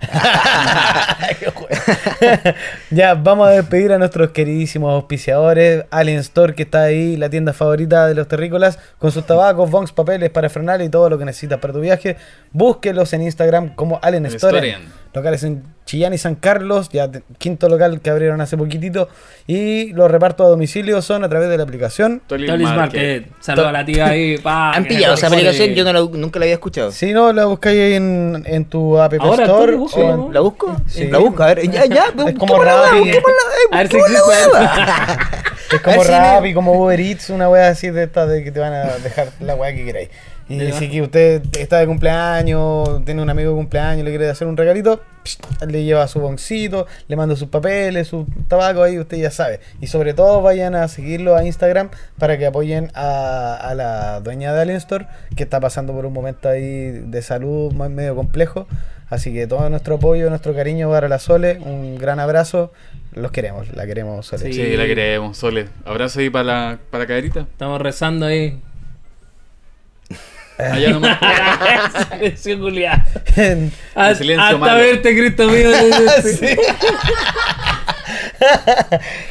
[LAUGHS] ya, vamos a despedir a nuestros queridísimos auspiciadores. Alien Store, que está ahí, la tienda favorita de los terrícolas, con sus tabacos, bongs, papeles para frenar y todo lo que necesitas para tu viaje. Búsquelos en Instagram como Alien Store. Storen. Locales en Chillán y San Carlos, ya te- quinto local que abrieron hace poquitito. Y los repartos a domicilio son a través de la aplicación. Tolly Tolis Market. Market. eh. Saludos a la tía ahí. Pa, Han que pillado esa nos pone- aplicación, yo no la- nunca la había escuchado. Si no, la buscáis en, en tu app Ahora tú Store. la buscas, o en- ¿no? ¿La busco? Sí. La busco, a ver, ya, ya, busquémosla, como busquémosla, Rappi. eh, A ver si busquémosla, existe. weá. pues. [LAUGHS] Es A como ver si me- Rappi, como Uber Eats, una wea así de estas de que te van a dejar la wea que queráis. Y Ya. si que usted está de cumpleaños, tiene un amigo de cumpleaños, le quiere hacer un regalito, psh, le lleva su boncito, le manda sus papeles, su tabaco, ahí usted ya sabe. Y sobre todo vayan a seguirlo a Instagram para que apoyen a, a la dueña de Alien Store, que está pasando por un momento ahí de salud más medio complejo. Así que todo nuestro apoyo, nuestro cariño para la Sole, un gran abrazo. Los queremos, la queremos Sole. Sí. Sí, la queremos, Sole. Abrazo ahí para la, para la caderita. Estamos rezando ahí. Allá nomás. Silencio, Julián. Un [LAUGHS] [LAUGHS] Haz- silencio Ah, Hasta malo. verte, Cristo mío. Sí.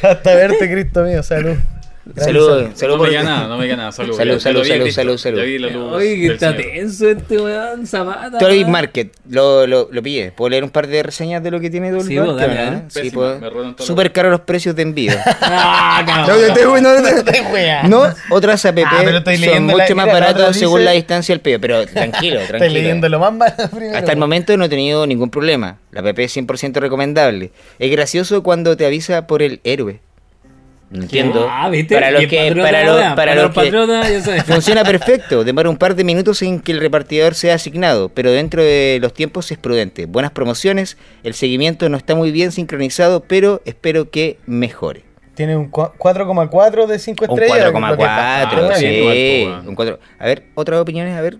Hasta verte, Cristo mío, salud. Gracias, Salud, salud no me por- diga nada, no me diga nada. Salud, [LAUGHS] Salud, ya- ya salud, lo vi, salud, listo. salud, salud. Ya vi la luz Oye, que del está Señor. tenso este weón, Zapata. Toy weón. Market, lo, lo, lo pillé. ¿Puedo leer un par de reseñas de lo que tiene Toy Sí, Market? vos, dale, o no? a ver. Sí, Pésima, me robaron puedo. todo Súper caro los precios de envío. Ah, No, cabrón. yo te- no, no, no. weón. No, otras app Ah, pero estoy son leyendo la- mucho más mira, la otra baratas según dice- la distancia al pie, pero tranquilo, tranquilo. Estoy leyendo lo más mal [LAUGHS] primero. Hasta el momento no he tenido ningún problema. La PP es 100% recomendable. Es gracioso cuando te avisa por el héroe. No entiendo. Ah, ¿viste? Para los Bien que, patriota para la los, weá, para los que- patriota, ya sabes. [LAUGHS] funciona perfecto. Demora un par de minutos en que el repartidor sea asignado, pero dentro de los tiempos es prudente. Buenas promociones. El seguimiento no está muy bien sincronizado, pero espero que mejore. Tiene un cua- 4,4 de 5 Un estrellas. lo que está- Ah, 4,4, está sí. bien, pues, igual, po, un cuatro. A ver, otras opiniones, [LAUGHS] a ver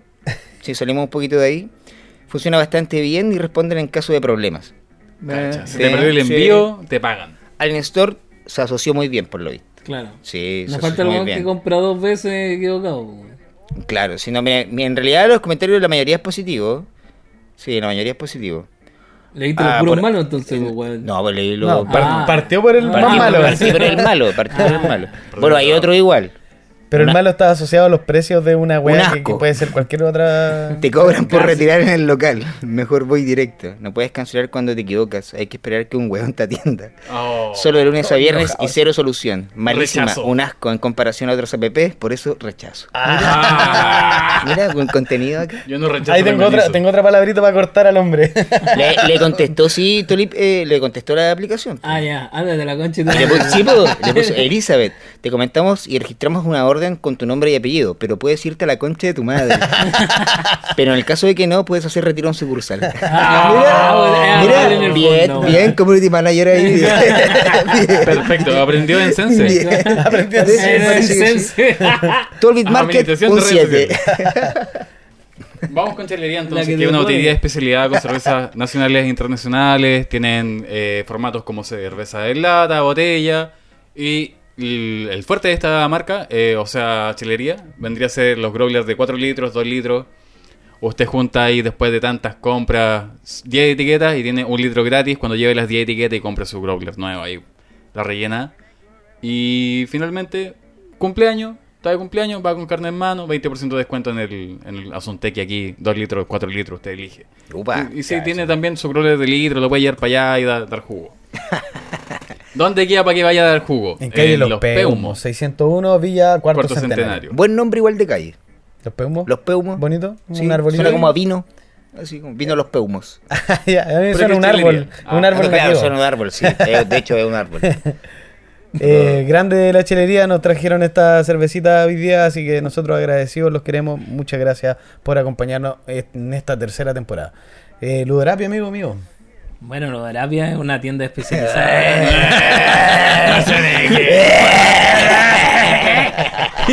si salimos un poquito de ahí. Funciona bastante bien y responden en caso de problemas. Cacha, Si Sí, te perdió el sí. envío, te pagan. Alien Store se asoció muy bien, por lo visto. Claro. Sí, se Nos falta asoció el muy weón que bien. compra dos veces equivocado. weón. Claro, si no, mira, mira, en realidad los comentarios la mayoría es positivo. Sí, la mayoría es positivo. Leíste Ah, los puros por- malos entonces, weón. No, pues leí los... No, par- Ah. partió por el partí más por- malo. partí por el malo, partí por el [LAUGHS] malo. Bueno, hay otro igual. Pero el Una- malo está asociado a los precios de una Un wea que, asco. que puede ser cualquier otra. Te cobran por retirar en el local. Mejor voy directo. No puedes cancelar cuando te equivocas. Hay que esperar que un huevón te atienda. Oh. Solo de lunes a viernes y cero solución. Malísima, Rechazo. un asco en comparación a otros apps, por eso rechazo. Ah. Mira, buen [LAUGHS] contenido acá. Yo no [LAUGHS] rechazo. Ahí tengo otra, reembolso. tengo otra palabrita para cortar al hombre. Le, le contestó, sí, Tulip, eh, le contestó la aplicación. Ah, ya. Ándate de la concha. y Le todo. puso, sí, po, le puso, Elizabeth, te comentamos y registramos una orden con tu nombre y apellido, pero puedes irte a la concha de tu madre. Pero en el caso de que no, puedes hacer retiro en sucursal. [LAUGHS] Ah, Mira, weón, en el bien, fondo, weón. bien, community manager ahí. Perfecto, aprendió en Sense. [LAUGHS] Bien. Parece- En el parece que sí. sense. Tolbit Market, Habilitación Ah, de un redes 7. Vamos con chelería La entonces, que que, te es una pone. botillería de especialidad con cervezas [LAUGHS] nacionales e internacionales. Tienen eh, formatos como cerveza de lata, botella. Y l- el fuerte de esta marca, eh, o sea, chelería, vendría a ser los growlers de 4 litros, 2 litros. Usted junta ahí después de tantas compras 10 etiquetas y tiene un litro gratis cuando lleve las 10 etiquetas y compre su growler nuevo ahí. la rellena. Y finalmente, cumpleaños, está de cumpleaños, va con carne en mano, 20% de descuento en el, en el Asuntec y aquí, 2 litros, 4 litros, usted elige. Upa. y y si tiene también su crole de litro, lo puede llevar para allá y da- dar jugo. ¿Dónde queda para que vaya a dar jugo? En calle Eh, Los, Peumos, 601 Villa Cuarto, cuarto Centenario. centenario. Buen nombre igual de calle. Los Peumos. Los Peumos. Oh, Bonito, un Sí, arbolito. Suena como a vino. Así como vino los Peumos. [LAUGHS] Ya, a mí me Pero suena qué un árbol. chelería. Ah, un árbol Ah, claro, nativo. suena un [LAUGHS] árbol, sí. Eh, De hecho, es un árbol. Eh, grande de la chelería, nos trajeron esta cervecita hoy día, así que nosotros agradecidos, los queremos. Muchas gracias por acompañarnos en esta tercera temporada. Eh, Ludorapio, amigo mío. Bueno, lo de Arabia es una tienda especializada. [LAUGHS]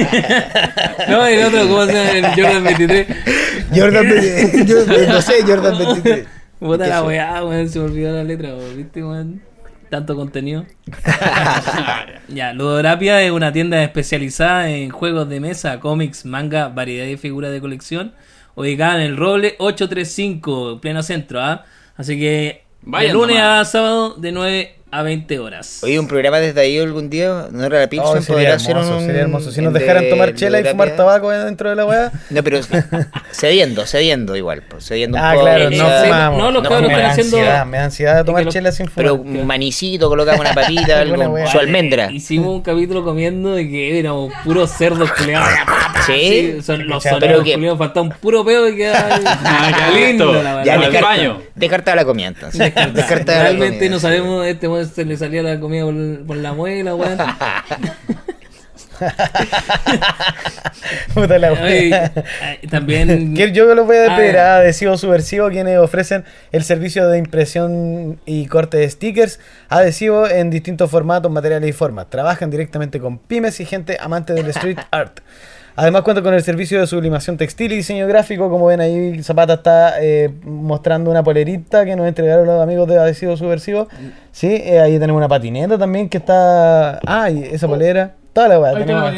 no, el otro, ¿cómo se llama? El Jordan 23. [LAUGHS] Jordan, ve- Jordan- no sé, Jordan 23. Puta la weá, weón, se me olvidó la letra, weón, ¿viste, weón? Tanto [LAUGHS] contenido. ya, Ludorapia es una tienda especializada en juegos de mesa, cómics, manga, variedad de figuras de colección. Ubicada en el Roble 835, pleno centro, ¿ah? Así que Vayan de lunes nomás. a sábado de 9 a 20 horas. Oye, un programa desde ahí algún día, no era la Pilsen, Oh, sería podría ser hermoso, un... sería hermoso. Si nos el de- dejaran tomar chela y de fumar terapia. tabaco dentro de la weá. No, pero [LAUGHS] cediendo, cediendo igual, pues, cediendo un Ah, poco. claro, o no sea, fumamos. no, los cabros me están da haciendo- ansiedad, me da ansiedad tomar Es que lo- chela sin Pero fumar. un manicito, colocamos [LAUGHS] una papita, Alguna algo, weá. su almendra. Hicimos un capítulo comiendo de que éramos puros cerdos culeados. [LAUGHS] Sí. son los Pero soneros que- culeados, faltaba un puro pedo y [LAUGHS] quedaba Ah, ya listo. lindo, la verdad. Ya, al descarta- baño. descartada la comida, [LAUGHS] entonces. Descartada la Realmente comida. no sabemos, este weón se le salía la comida por, por la muela, weón. [LAUGHS] [LAUGHS] Puta la weá. Ay, ay, [LAUGHS] También. Que yo los voy a despedir Ah, a Adhesivo Subversivo, quienes ofrecen el servicio de impresión y corte de stickers adhesivo en distintos formatos, materiales y formas. Trabajan directamente con pymes y gente amante del [LAUGHS] street art. Además cuenta con el servicio de sublimación textil y diseño gráfico. Como ven ahí, Zapata está eh, mostrando una polerita que nos entregaron los amigos de Adhesivo Subversivo. Mm. Sí, eh, ahí tenemos una patineta también que está... ¡Ay! esa Oh. polera. Toda la weá. tenemos-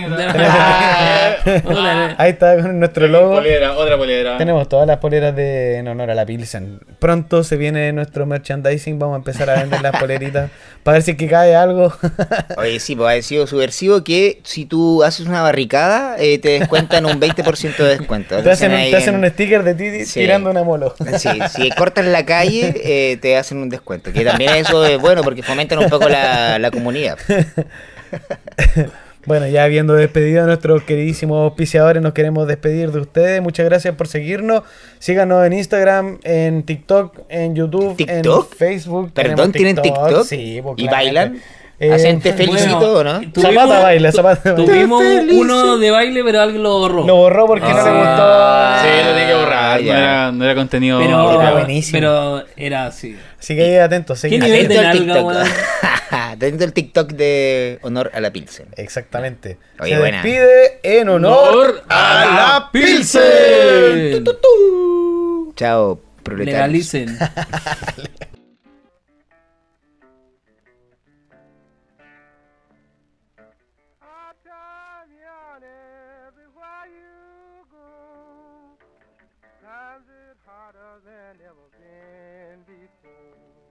[LAUGHS] [LAUGHS] hola, Ahí está con nuestro logo. Polera, otra polera. Tenemos todas las poleras de en honor a la Pilsen. Pronto se viene nuestro merchandising, vamos a empezar a vender las poleritas [LAUGHS] para ver si es que cae algo. Oye, sí, pues ha sido subversivo que si tú haces una barricada, eh, te descuentan un 20% de descuento. te, hacen un, ahí te hacen en- un sticker de ti Sí. tirando una [LAUGHS] molo. Sí, si cortas la calle, eh, te hacen un descuento. Que también eso es bueno porque fomentan un poco la, la comunidad. [LAUGHS] Bueno, ya habiendo despedido a nuestros queridísimos auspiciadores, nos queremos despedir de ustedes. Muchas gracias por seguirnos. Síganos en Instagram, en TikTok, en YouTube, ¿TikTok? en Facebook. Tenemos Perdón, ¿tienen TikTok? Sí, pues, claramente. ¿Y bailan? Eh, ¿Hacen te felicito o no? [LAUGHS] tuvimos- Zapata baila, Zapata baila. Tuvimos uno de baile, pero alguien lo borró. Lo borró porque no le Ah, gustó. Sí, lo tiene que Ah, borrar. No ya. era, no era contenido. pero, era apropiado. buenísimo. pero era así. Así que ahí atentos, ¿Qué síganos. nivel de Atento al nalga, weón? TikTok. [LAUGHS] Atento al TikTok de honor a la Pilsen. Exactamente. Oye, Se buena. despide en honor Honor a la Pilsen. Pilsen. Chao, proletarios. Legalicen. Times it's harder than ever been before.